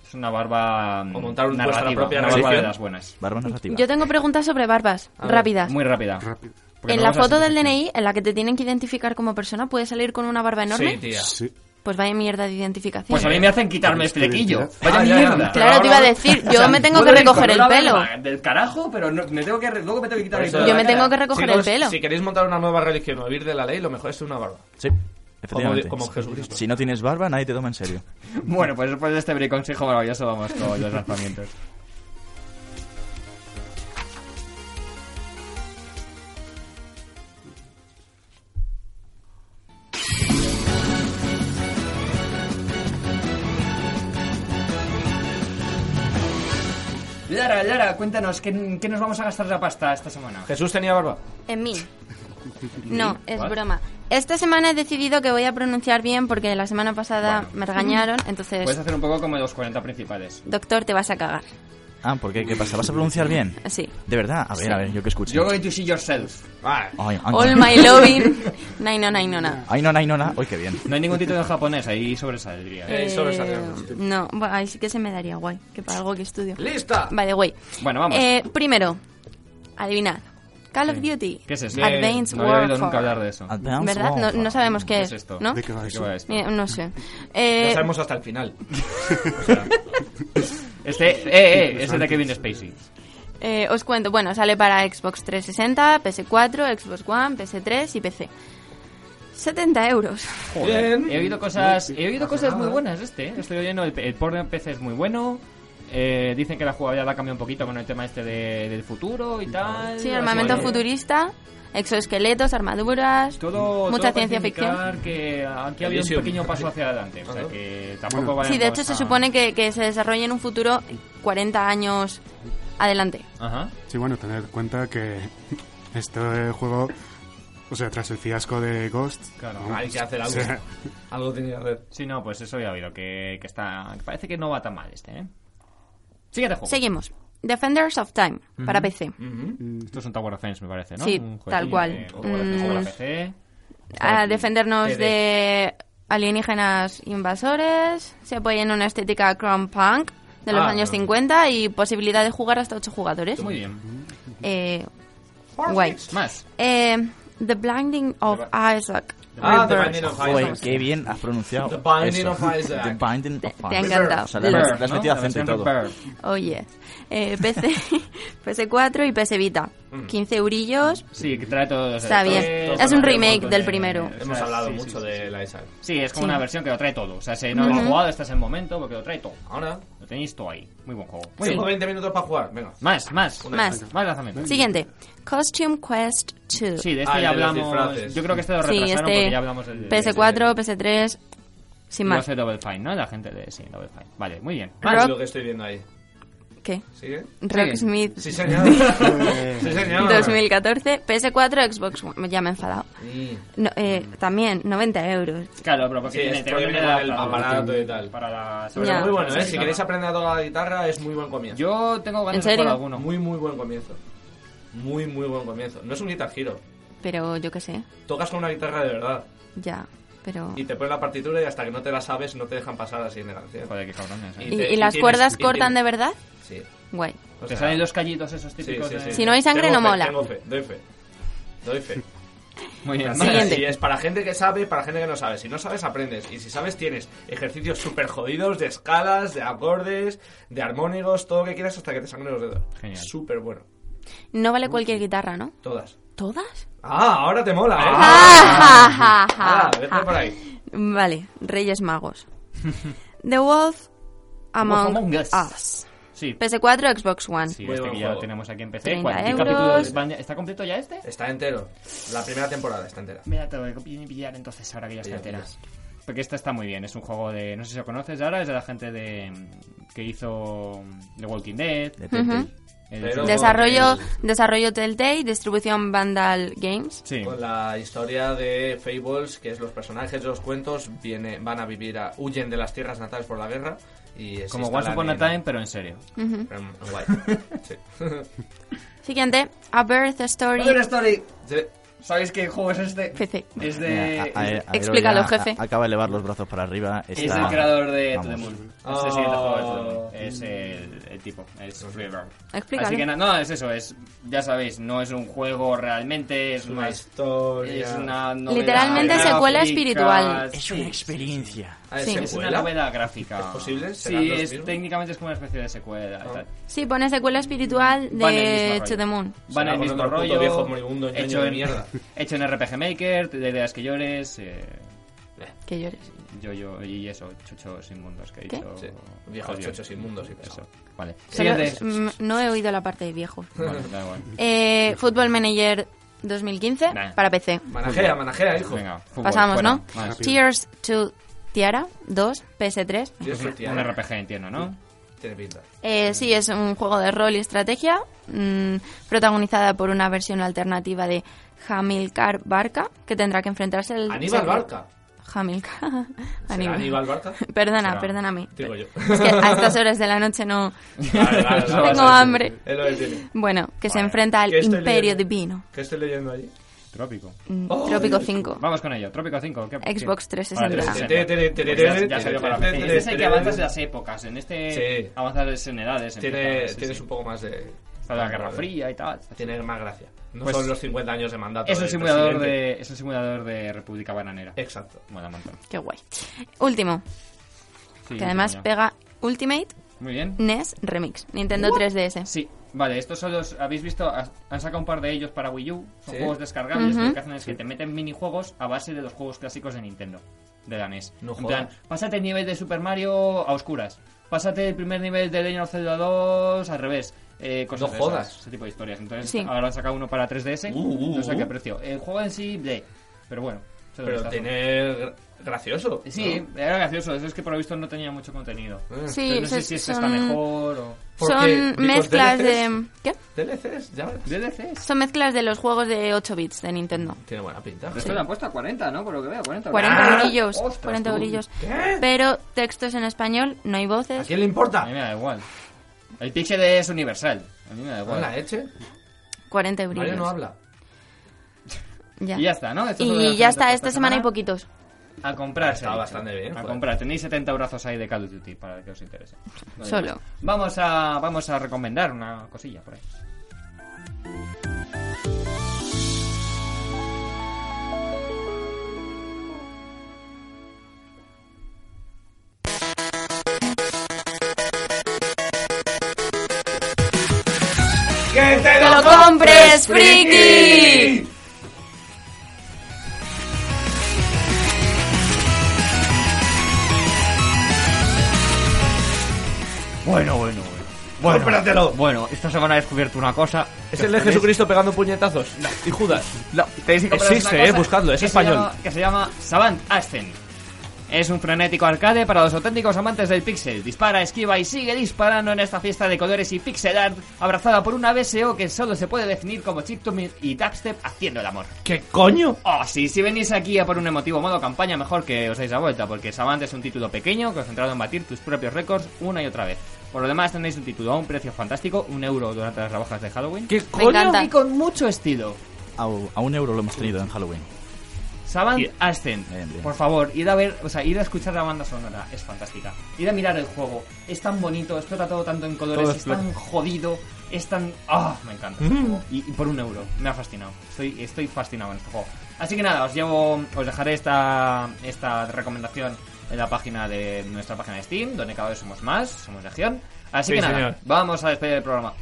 B: Es una barba. mm,
A: O montar un- vuestra
B: narrativa,
A: propia
B: una barba de
E: narración.
B: las buenas.
E: Barba narrativa.
D: Yo tengo preguntas sobre barbas,
A: A ver,
D: rápidas.
B: Muy rápida.
C: Rápido.
B: Porque
D: En
B: no
D: la
B: vamos a
D: foto
B: hacer
D: del DNI, en la que te tienen que identificar como persona, ¿puede salir con una barba enorme?
A: sí, tía.
C: Sí.
D: Pues vaya mierda de identificación.
B: Pues a mí me hacen quitarme el
C: Porque
B: flequillo.
C: identidad-
B: Vaya
A: Ah, ya, ya,
B: mierda.
A: claro.
D: Claro, te iba a
A: ahora-
B: [laughs]
D: decir,
B: O sea,
D: yo me tengo que
B: puedo ir con
D: recoger el
B: una
D: pelo.
B: barba Del carajo, pero no- me tengo que re- luego me tengo que quitar el
A: Eso-
B: pelo de
D: Yo
B: la
D: me tengo
B: cara.
D: que recoger el
A: Chicos,
D: pelo.
A: Si queréis montar una nueva religión o vivir de la ley, lo mejor es una barba.
E: Sí,
A: Como,
E: efectivamente.
A: como Jesucristo.
E: Si no tienes barba, nadie te toma en serio.
B: Bueno, pues después de este break consejo maravilloso vamos con los lanzamientos. Lara, Lara, cuéntanos, ¿qué, en qué nos vamos a gastar la pasta esta semana?
D: Pues
A: Jesús tenía barba.
D: En mí.
B: [laughs]
D: No, es
B: ¿What?
D: broma. Esta semana he decidido que voy a pronunciar bien porque la semana pasada me regañaron, entonces,
B: Puedes hacer un poco como los 40 principales.
D: doctor, te vas a cagar.
E: Ah, ¿por qué? ¿Qué pasa? ¿Vas a pronunciar bien?
D: Así.
E: De verdad, a ver, a ver, yo que escucho.
B: You're going to see yourself.
A: Ah,
E: Ay, ay,
D: All my
B: [laughs]
D: loving. Nine, no, nine, no, no.
E: ay, no, ay, no, na. Ay, qué bien.
B: No hay ningún título en japonés, ahí sobresaldría.
A: Eh, solo esa
D: Eh, no, bueno, ahí sí que se me daría guay, que para algo que estudio.
A: ¡Lista!
D: By the way.
B: Bueno, vamos.
D: Eh, primero, adivinad. Call of
B: Sí.
D: Duty.
B: ¿Qué es eso? Eh,
D: Advanced
B: no había oído
D: Warfare.
B: nunca hablar de eso.
E: Advanced
D: ¿Verdad? No,
E: Warfare.
D: no sabemos qué,
B: ¿Qué
D: es.
B: es esto?
D: ¿No?
C: ¿De qué va
B: ¿De qué
C: eso?
B: va esto?
D: Eh, no sé.
A: Lo
D: Eh,
A: sabemos hasta el final.
B: Este, eh, eh, es el de Kevin Spacey.
D: eh, os cuento. Bueno, sale para Xbox 360, PS4, Xbox One, PS3 y PC. 70 euros.
B: Joder.
A: Bien.
B: He oído cosas, he oído cosas muy buenas de este. eh. Estoy oyendo el, el porno en PC es muy bueno. Eh, dicen que la jugabilidad la cambia un poquito con el tema este de- del futuro y tal.
D: Sí,
B: Así
D: armamento
B: que-
D: futurista, exoesqueletos, armaduras.
B: Todo, todo parece
D: Mucha ciencia ficción.
B: indicar que aquí había un
A: Elysium.
B: pequeño [laughs] paso hacia adelante. O sea
A: Ajá.
B: que tampoco
C: Bueno.
B: vayamos
D: Sí, de hecho se
B: a-
D: supone que, que se desarrolla en un futuro 40 años Adelante.
B: Ajá.
C: Sí, bueno, tener en cuenta que este juego, o sea, tras el fiasco de Ghost...
B: Claro,
C: ¿no?
A: Hay que hacer
C: O
A: algo.
C: sea,
A: Algo tenía que hacer.
B: Sí, no, pues eso ya oído, que, que está... que parece que no va tan mal este, ¿eh? Siguiente juego.
D: Seguimos. Defenders of Time, para PC.
B: Esto es un Tower Defense, me parece, ¿no?
D: Sí,
B: Un
D: tal
B: jueguillo de
D: cual.
B: Tower Defense
D: Mm.
B: para PC.
D: A defendernos
B: TD.
D: de alienígenas invasores. Se apoya en una estética crumb punk de los
A: Ah.
D: años 50 y posibilidad de jugar hasta 8 jugadores.
B: Muy bien.
D: Eh, guay.
B: Más.
D: Eh, The Blinding of Isaac.
A: Ah, The
D: Reverse.
A: Binding of
E: Joder,
A: Isaac.
E: qué bien has pronunciado.
A: The Binding
E: eso.
A: of Isaac.
E: The Binding of
D: Te- te ha
E: Isaac.
D: encantado.
E: O sea, le has-
B: Bird,
E: le has
B: ¿no?
E: metido
B: La
E: acento y
B: versión
E: todo.
B: Bird.
D: Oye, Oh, eh, [laughs] PC, PS4 y PS Vita. 15 eurillos.
B: Sí, que trae todos los
D: Está
B: efectos,
D: bien.
B: todos
D: Es
B: los
D: un remake
B: efectos
D: del
B: de-
D: primero.
B: o sea,
A: Hemos hablado
B: sí, sí,
A: mucho
B: sí,
A: de
B: sí.
A: la Isaac.
B: Sí, es como una versión que lo trae todo. O sea, si no lo habéis jugado, este es el momento porque lo trae todo.
A: Ahora,
B: Lo tenéis todo ahí. Muy buen juego. Muy
A: tengo
B: bien.
A: 20 minutos para jugar. Venga.
B: Más, más.
D: Más.
B: Más lanzamientos.
D: Siguiente. Costume Quest 2.
B: Mm. Sí, de este
A: Ah, el
B: ya
A: de los
B: hablamos.
A: disfraces.
B: Yo creo que este lo
D: Sí,
B: retrasaron porque
D: este
B: ya hablamos del.
D: PS4, PS3, sin
B: Lo
D: más.
B: hace Double Fine, ¿no? La gente de. Sí, Double Fine. Vale, muy bien.
A: Ah,
D: Rock-
A: lo que estoy viendo ahí.
D: ¿Qué?
A: ¿Sigue?
D: Rocksmith
A: Sí,
D: [laughs]
A: señor. sí, señor.
D: 2014, PS4, Xbox One. Ya me he enfadado.
A: Sí.
D: No, eh, también, 90 euros.
B: Claro, pero porque
A: Sí,
B: tiene
A: esto viene
B: viene
A: con
B: la-
A: el
B: para-
A: aparato y tal.
B: Para la.
D: Ya.
A: Pero muy bueno, ¿eh?
B: Sí,
A: Si
B: claro.
A: queréis aprender a tocar la guitarra, es muy buen comienzo.
B: Yo tengo ganas
D: ¿En
B: de jugar
D: serio?
B: alguno.
A: Muy, muy buen comienzo. Muy, muy buen comienzo. No es un guitar giro.
D: Pero yo qué sé.
A: Tocas con una guitarra de verdad.
D: Ya, pero...
A: Y te ponen la partitura y hasta que no te la sabes, no te dejan pasar a la siguiente canción.
B: Joder, qué cabrones, ¿eh?
D: ¿Y,
A: te-
D: y las
A: tienes-
D: cuerdas
A: y tienes-
D: cortan de verdad?
A: Sí.
D: Guay.
A: O
B: Te
A: sea,
B: salen los callitos esos
A: sí,
B: típicos.
A: sí,
B: de-
A: sí.
D: Si no hay sangre,
A: Tengo
D: no
A: fe,
D: mola.
A: Tengo fe, doy fe. Doy
B: [laughs]
A: fe.
B: Muy bien.
D: Siguiente.
A: Si es para gente que sabe, para gente que no sabe. Si no sabes, aprendes. Y si sabes, tienes ejercicios súper jodidos de escalas, de acordes, de armónicos, todo lo que quieras hasta que te sangren los dedos.
B: Genial.
A: Súper bueno.
D: No vale cualquier guitarra, ¿no?
A: Todas.
D: ¿Todas?
A: Ah, ahora te mola, ¿eh?
D: [laughs] Ah, ja, ja, ja,
A: Ah, vete
D: ja.
A: por ahí.
D: Vale, Reyes Magos. The Wolf Among,
B: Among Us.
D: Us.
B: Sí.
D: PS4, Xbox One.
B: Sí,
A: Muy
B: este
A: buen
B: que ya lo
A: juego.
B: tenemos aquí en PC.
D: 30
B: ¿Cuántos
D: Pues euros.
B: capítulos van ya- ¿Está completo ya este?
A: Está entero. La primera temporada está entera.
B: Me la tengo que pillar entonces ahora que ya está
A: Pilla,
B: entera. Porque esta está muy bien, es un juego de. No sé si lo conoces ahora, es de la gente de que hizo The Walking Dead.
E: De Telltale.
B: el-
A: Pero-
D: Desarrollo, desarrollo Telltale, distribución Vandal Games.
B: Sí,
A: Con la historia de Fables, que es los personajes de los cuentos viene, van a vivir, a, huyen de las tierras natales por la guerra. Y se
B: como
A: instalan
B: Once Upon a
A: en-
B: Time, pero en serio.
A: en- en Hawaii.
B: [laughs]
A: Sí. [laughs]
D: Siguiente, A Birth Story.
B: Story!
A: Sí.
B: ¿Sabéis qué juego es este?
D: PC.
B: Es
E: Mira, a- a- a- a-
D: Explícalo,
E: ya
D: jefe.
E: a- acaba de elevar los brazos para arriba.
B: Es
E: está-
B: el creador de To
E: vamos.
B: The Moon.
A: Oh.
B: Es el siguiente juego de To The Moon. Es el, el tipo, es River.
D: Explícalo.
B: Así que na- no, es eso, es, ya sabéis, no es un juego realmente, es
A: Una
B: una, es
A: historia.
B: una novela
D: Literalmente secuela
B: gráfica,
D: espiritual.
E: Es
B: sí,
E: una experiencia.
A: Ah,
D: Sí.
B: Es una
A: secuela.
B: novela gráfica.
A: ¿Es posible? ¿Serán
B: Sí,
A: los
B: es,
A: mismos? Ah.
B: técnicamente es como una especie de secuela. y tal.
D: Sí, pone secuela espiritual
B: Van en el
D: de
B: mismo
D: To
B: rollo.
D: the Moon.
B: Van
A: Será
B: en el mismo
A: con otro puto
B: rollo.
A: viejo moribundo, ñoño
B: hecho,
A: de
B: en,
A: mierda.
B: [laughs] hecho en RPG Maker, de ideas que llores. eh,
D: Que llores.
B: yo, yo, y eso, chochos inmundos que he
D: ¿Qué?
B: dicho.
A: Sí, viejos
B: Adiós.
A: chochos inmundos y pesado.
B: Eso. Vale.
D: Solo-
B: Siguiente.
D: mm, no he oído la parte de viejo.
B: Bueno, da igual.
D: Eh, Football Manager 2015
B: Nah.
D: para PC.
A: Manajea, manajea, hijo.
B: Venga, fútbol,
D: Pasamos,
B: fuera.
D: ¿no?
A: Ah,
B: Vale.
C: Rápido.
D: Tears to Tiara 2, PS3.
A: Yo soy tía,
B: Un RPG, entiendo, ¿no?
A: Tiene pinta.
D: Eh, sí, es un juego de rol y estrategia mm, protagonizada por una versión alternativa de Hamilcar Barca que tendrá que enfrentarse al...
A: Aníbal Barca. [laughs]
D: Hamilcar.
A: ¿Será Aníbal Barca.
D: Perdona,
B: Será.
D: perdóname.
A: Digo yo.
D: Es que a estas horas de la
A: [laughs]
D: noche no...
A: Vale,
D: [laughs]
A: vale,
B: Tengo
A: vale.
D: hambre.
A: Es lo que tiene.
D: Bueno, que se
B: Vale.
D: enfrenta al
A: ¿Qué estoy
D: Imperio
A: leyendo?
D: Divino.
A: ¿Qué estoy leyendo allí?
B: Trópico.
D: Mm,
A: Oh,
D: Trópico
A: Dios.
D: 5.
B: Vamos con ello. Trópico 5. ¿qué- qué?
D: Xbox 360.
B: Vale, Pues Ya ya salió para PC. Este es el que avanzas en las épocas. En este
A: Sí.
B: avanzas en edades.
A: Tiene, Ah,
B: empiezas, sí,
A: tienes
B: sí.
A: un poco más de...
B: Está la Guerra Fría y tal.
A: Tiene más gracia. No
B: Pues-
A: son los 50 años de mandato.
B: Es un
A: del
B: simulador
A: presidente.
B: de, es un simulador de República Bananera.
A: Exacto.
B: Mola un montón.
D: Qué guay. Último,
B: Sí,
D: que además
B: coño.
D: pega Ultimate
B: Muy bien.
D: NES Remix, Nintendo 3DS.
B: Sí, vale, estos son los. Habéis visto, Has- han sacado un par de ellos para Wii U. Son
A: Sí.
B: juegos descargables. Lo que hacen es que te meten minijuegos a base de los juegos clásicos de Nintendo, de la NES.
A: No
B: en
A: jodas.
B: plan, pásate el nivel de Super Mario a oscuras. Pásate el primer nivel de Legend of Zelda 2 al revés. Eh, cosas
A: No
B: de esas,
A: jodas.
B: ese tipo de historias. Entonces,
D: Sí.
B: ahora han sacado uno para 3DS.
A: Uh, uh,
B: no sé a qué
A: uh.
B: precio. El juego en sí, de. Pero bueno. Se lo
A: Pero
B: vistazo.
A: tiene gra- gracioso.
B: Sí,
A: ¿no? ¿Eh?
B: era gracioso. Eso es que por lo visto no tenía mucho contenido.
D: Sí,
B: Entonces, no sé
D: se-
B: si este está
D: son,
B: mejor o...
A: Porque
D: son
A: los
D: mezclas
A: DLCs
D: de... ¿Qué?
A: DLCs, ya verás.
B: DLCs.
D: Son mezclas de los juegos de 8 bits de Nintendo.
A: Tiene buena pinta.
B: Esto le han puesto a 40, ¿no? Por lo que veo, 40.
D: 40
B: euros.
D: eurillos,
B: ostras,
D: 40
B: tú.
D: eurillos.
A: ¿Qué?
D: Pero textos en español, no hay
A: ¿A
D: voces.
A: quién le
B: A mí
A: importa?
B: me da igual. El pixel es universal. A mí me da
A: Con la
B: igual.
A: leche.
D: 40
A: Mario
D: eurillos.
A: no habla.
D: Ya.
B: Y ya está, ¿no? Esto es lo de las
D: Y ya
B: noticias
D: está,
B: de
D: esta semana hay poquitos.
B: A comprarse.
A: Está
B: he dicho.
A: bastante bien,
B: A
A: joder.
B: comprar. Tenéis 70 brazos ahí de Call of Duty para el que os interese. Lo demás.
D: Solo.
B: Vamos a, vamos a recomendar una cosilla por ahí.
A: ¡Que te
D: ¡Que lo compres, friki!
B: Bueno, bueno, bueno.
A: ¡Cómpratelo!
B: Bueno, esta semana he descubierto una cosa.
A: Es el de Jesucristo pegando puñetazos. Y Judas.
B: No, tenéis que compraros
A: Existe,
B: una cosa
A: eh, buscadlo, es
B: que se
A: español.
B: llama- que se llama Savant Ascent. Es un frenético arcade para los auténticos amantes del pixel. Dispara, esquiva y sigue disparando en esta fiesta de colores y pixel art, abrazada por una BSO que solo se puede definir como chiptune y dubstep haciendo el amor.
A: ¿Qué coño?
B: Oh, sí, si venís aquí a por un emotivo modo campaña, mejor que os deis la vuelta, porque Savant es un título pequeño concentrado en batir tus propios récords una y otra vez. Por lo demás, tenéis un título a un precio fantástico, un euro durante las rebajas de Halloween.
A: ¿Qué
D: Me
A: coño?
D: encanta.
B: Y con mucho estilo.
E: A, a un euro lo hemos tenido en Halloween.
B: Savant
A: Bien.
B: Ascent,
E: Bien, bien.
B: por favor, id a ver, o sea, id a escuchar la banda sonora, es fantástica. Id a mirar el juego, es tan bonito, explota todo tanto en colores,
A: Todo
B: es tan jodido, es tan. ¡Ah! me encanta. este juego. Y, y por un euro, me ha fascinado. Estoy, estoy fascinado en este juego. Así que nada, os llevo, os dejaré esta, esta recomendación en la página de nuestra página de Steam, donde cada vez somos más, somos Legión. Así
A: Sí,
B: que nada,
A: señor.
B: vamos a despedir el programa.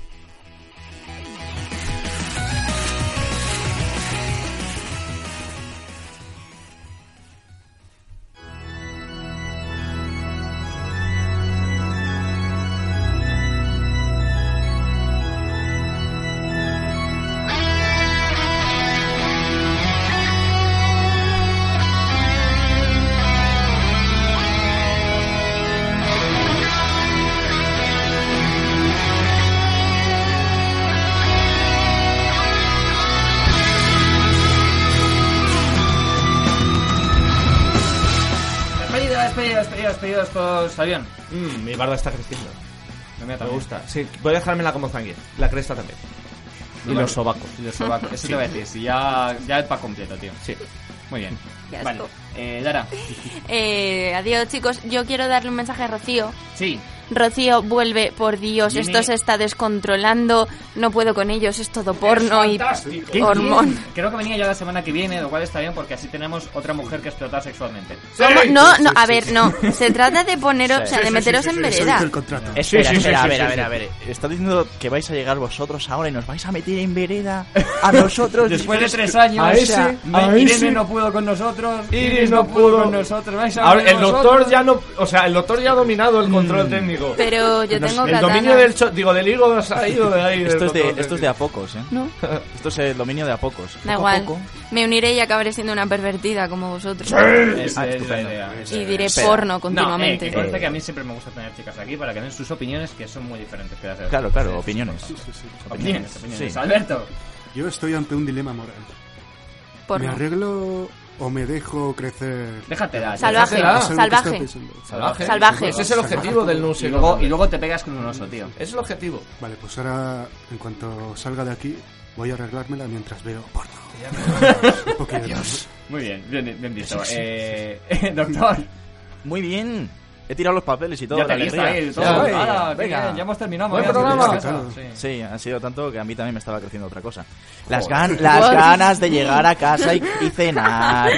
B: Despedido, despedido, despedido, despedido, esto es avión.
A: Mm, mi barba está creciendo.
B: Me
A: Me gusta. Sí, voy a dejármela como Zangief. La cresta también. Y
B: Vale.
A: los sobacos.
B: Y los sobacos. Eso te voy a decir, si ya, ya el pack completo, tío.
A: Sí.
B: Muy bien.
D: Qué asco.
B: Vale. Eh, Lara,
D: Eh, adiós, chicos. Yo quiero darle un mensaje a Rocío.
B: sí.
D: Rocío, vuelve, por Dios.
B: Viene-
D: Esto se está descontrolando. No puedo con ellos. Es todo porno y
B: ¿Qué
D: hormón.
B: bien. Creo que venía ya la semana que viene, lo cual está bien porque así tenemos otra mujer que explotar sexualmente.
D: ¿Cómo? No, no, a ver, no. Se trata de poneros, o sea, de
C: Sí, sí,
D: meteros
C: sí, sí,
D: en
C: eso
D: vereda.
C: dice el contrato.
E: Espera,
A: sí, sí,
E: espera,
A: sí,
E: a ver,
A: sí,
E: a
A: sí.
E: ver, a ver. Está diciendo que vais a llegar vosotros ahora y nos vais a meter en vereda
B: [laughs]
E: a nosotros.
B: Después de tres años,
A: A
B: o sea,
A: ese,
B: me-
A: a
B: Irene
A: ese.
B: no pudo con nosotros.
A: Iris no pudo
B: con nosotros. vais a
A: Ahora,
B: ver
A: el doctor
B: vosotros.
A: ya no. O sea, el doctor ya ha dominado el control técnico.
D: Pero yo tengo
A: el
D: katana.
A: dominio del cho- digo del hígado se ha ido de ahí. del
E: Esto es de,
A: control
E: esto es de a pocos, ¿eh?
D: No,
E: [laughs] Esto es el dominio de a pocos. Poco
D: da
E: a
D: igual.
E: poco.
D: Me uniré y acabaré siendo una pervertida como vosotros.
B: Esa
E: Ah,
B: es la
E: estupendo.
B: idea.
D: Y diré
E: Espera.
D: porno
B: No, eh,
D: continuamente.
B: que conste que a mí siempre me gusta tener chicas aquí para que den sus opiniones que son muy diferentes que las de las
E: Claro,
B: chicas.
E: claro, opiniones.
C: Sí, sí.
B: Opiniones, opiniones.
E: Sí.
B: Alberto.
C: Yo estoy ante un dilema moral. ¿Me
D: Porno.
C: arreglo o me dejo crecer?
B: Déjate la
D: Salvaje,
A: Déjatela.
C: Es algo que
D: salvaje.
C: estoy pensando.
A: Salvaje.
D: Salvaje.
A: Ese es el objetivo del no
B: Y
A: sé
B: luego,
A: dónde.
B: y luego te pegas con un oso, tío.
A: Ese es el objetivo.
C: Vale, pues ahora, en cuanto salga de aquí, voy a arreglármela mientras veo porno. Porque-
B: Muy bien, bien, bien visto. Eh, [laughs] doctor,
E: Muy bien. He tirado los papeles y todo.
B: ya
E: la
B: te viste
E: alegría.
B: ahí. Todo.
E: Ya,
A: voy.
B: Hala, qué
E: Venga.
B: bien, ya hemos terminado.
A: Buen
B: ya,
A: programa.
B: sí, sí, sí.
E: Sí, ha sido tanto que a mí también me estaba creciendo otra cosa. Las, gan-
D: Joder.
E: las ganas de llegar a casa y, y cenar.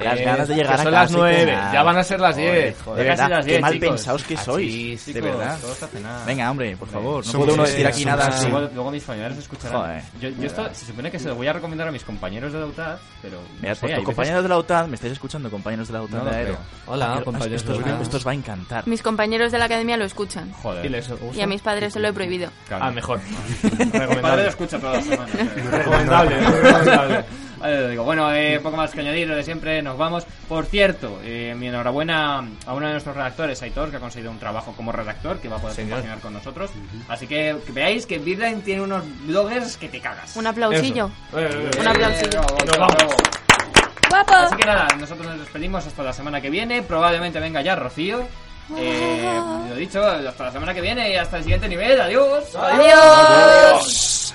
E: Las
A: Eh,
E: ganas de llegar
A: que
E: a
A: son
E: casa.
A: las nueve, ya van a ser las diez.
E: De
B: Ya casi
E: verdad,
B: las
E: qué
B: diez,
E: mal
B: chicos.
E: pensados que
B: Así,
E: sois. de
B: chicos,
E: verdad.
B: todo está cenado.
E: Venga, hombre, por favor. No
C: Somos
E: puede uno
C: así,
E: decir aquí
C: somos
E: nada
C: así.
E: así.
B: Luego, luego mis familiares escucharán.
E: Joder.
B: yo yo esto se supone que se lo voy a recomendar a mis compañeros de la UTAD, pero. no
E: Me has
B: sé,
E: puesto
B: hay veces-
E: pues compañeros de la OTAN, me estáis escuchando, compañeros de la OTAN
B: No Ah,
E: de
B: los
E: aéreo.
B: veo.
A: Hola,
E: Quiero-
A: compañeros
E: esto os
A: de
E: va-
A: la OTAN.
E: Esto os va a encantar.
D: Mis compañeros de la academia lo escuchan.
B: Joder. Ah,
A: ¿Y les gusta?
D: Y a mis padres se lo he prohibido.
B: Claro.
A: Ah, mejor.
B: Mi padre lo
A: Recomendable.
B: [laughs] escucha todas las semanas. eh.
A: Recomendable. recomendable.
B: [laughs] Vale, digo, bueno, eh, poco más que añadir, lo de siempre, nos vamos. Por cierto, eh, mi enhorabuena a uno de nuestros redactores, Aitor, que ha conseguido un trabajo como redactor, que va a poder
A: Señor.
B: compaginar con nosotros. Así que, que veáis que Bitline tiene unos bloggers que te cagas.
D: Un aplausillo.
A: Eso. Eh, eh,
D: Un aplausillo.
B: bravo,
A: Nos
B: bravo.
A: vamos.
D: ¡Guapo!
B: Así que nada, nosotros nos despedimos hasta la semana que viene. Probablemente venga ya Rocío. Eh, lo dicho, hasta la semana que viene y hasta el siguiente nivel. Adiós.
D: ¡Adiós!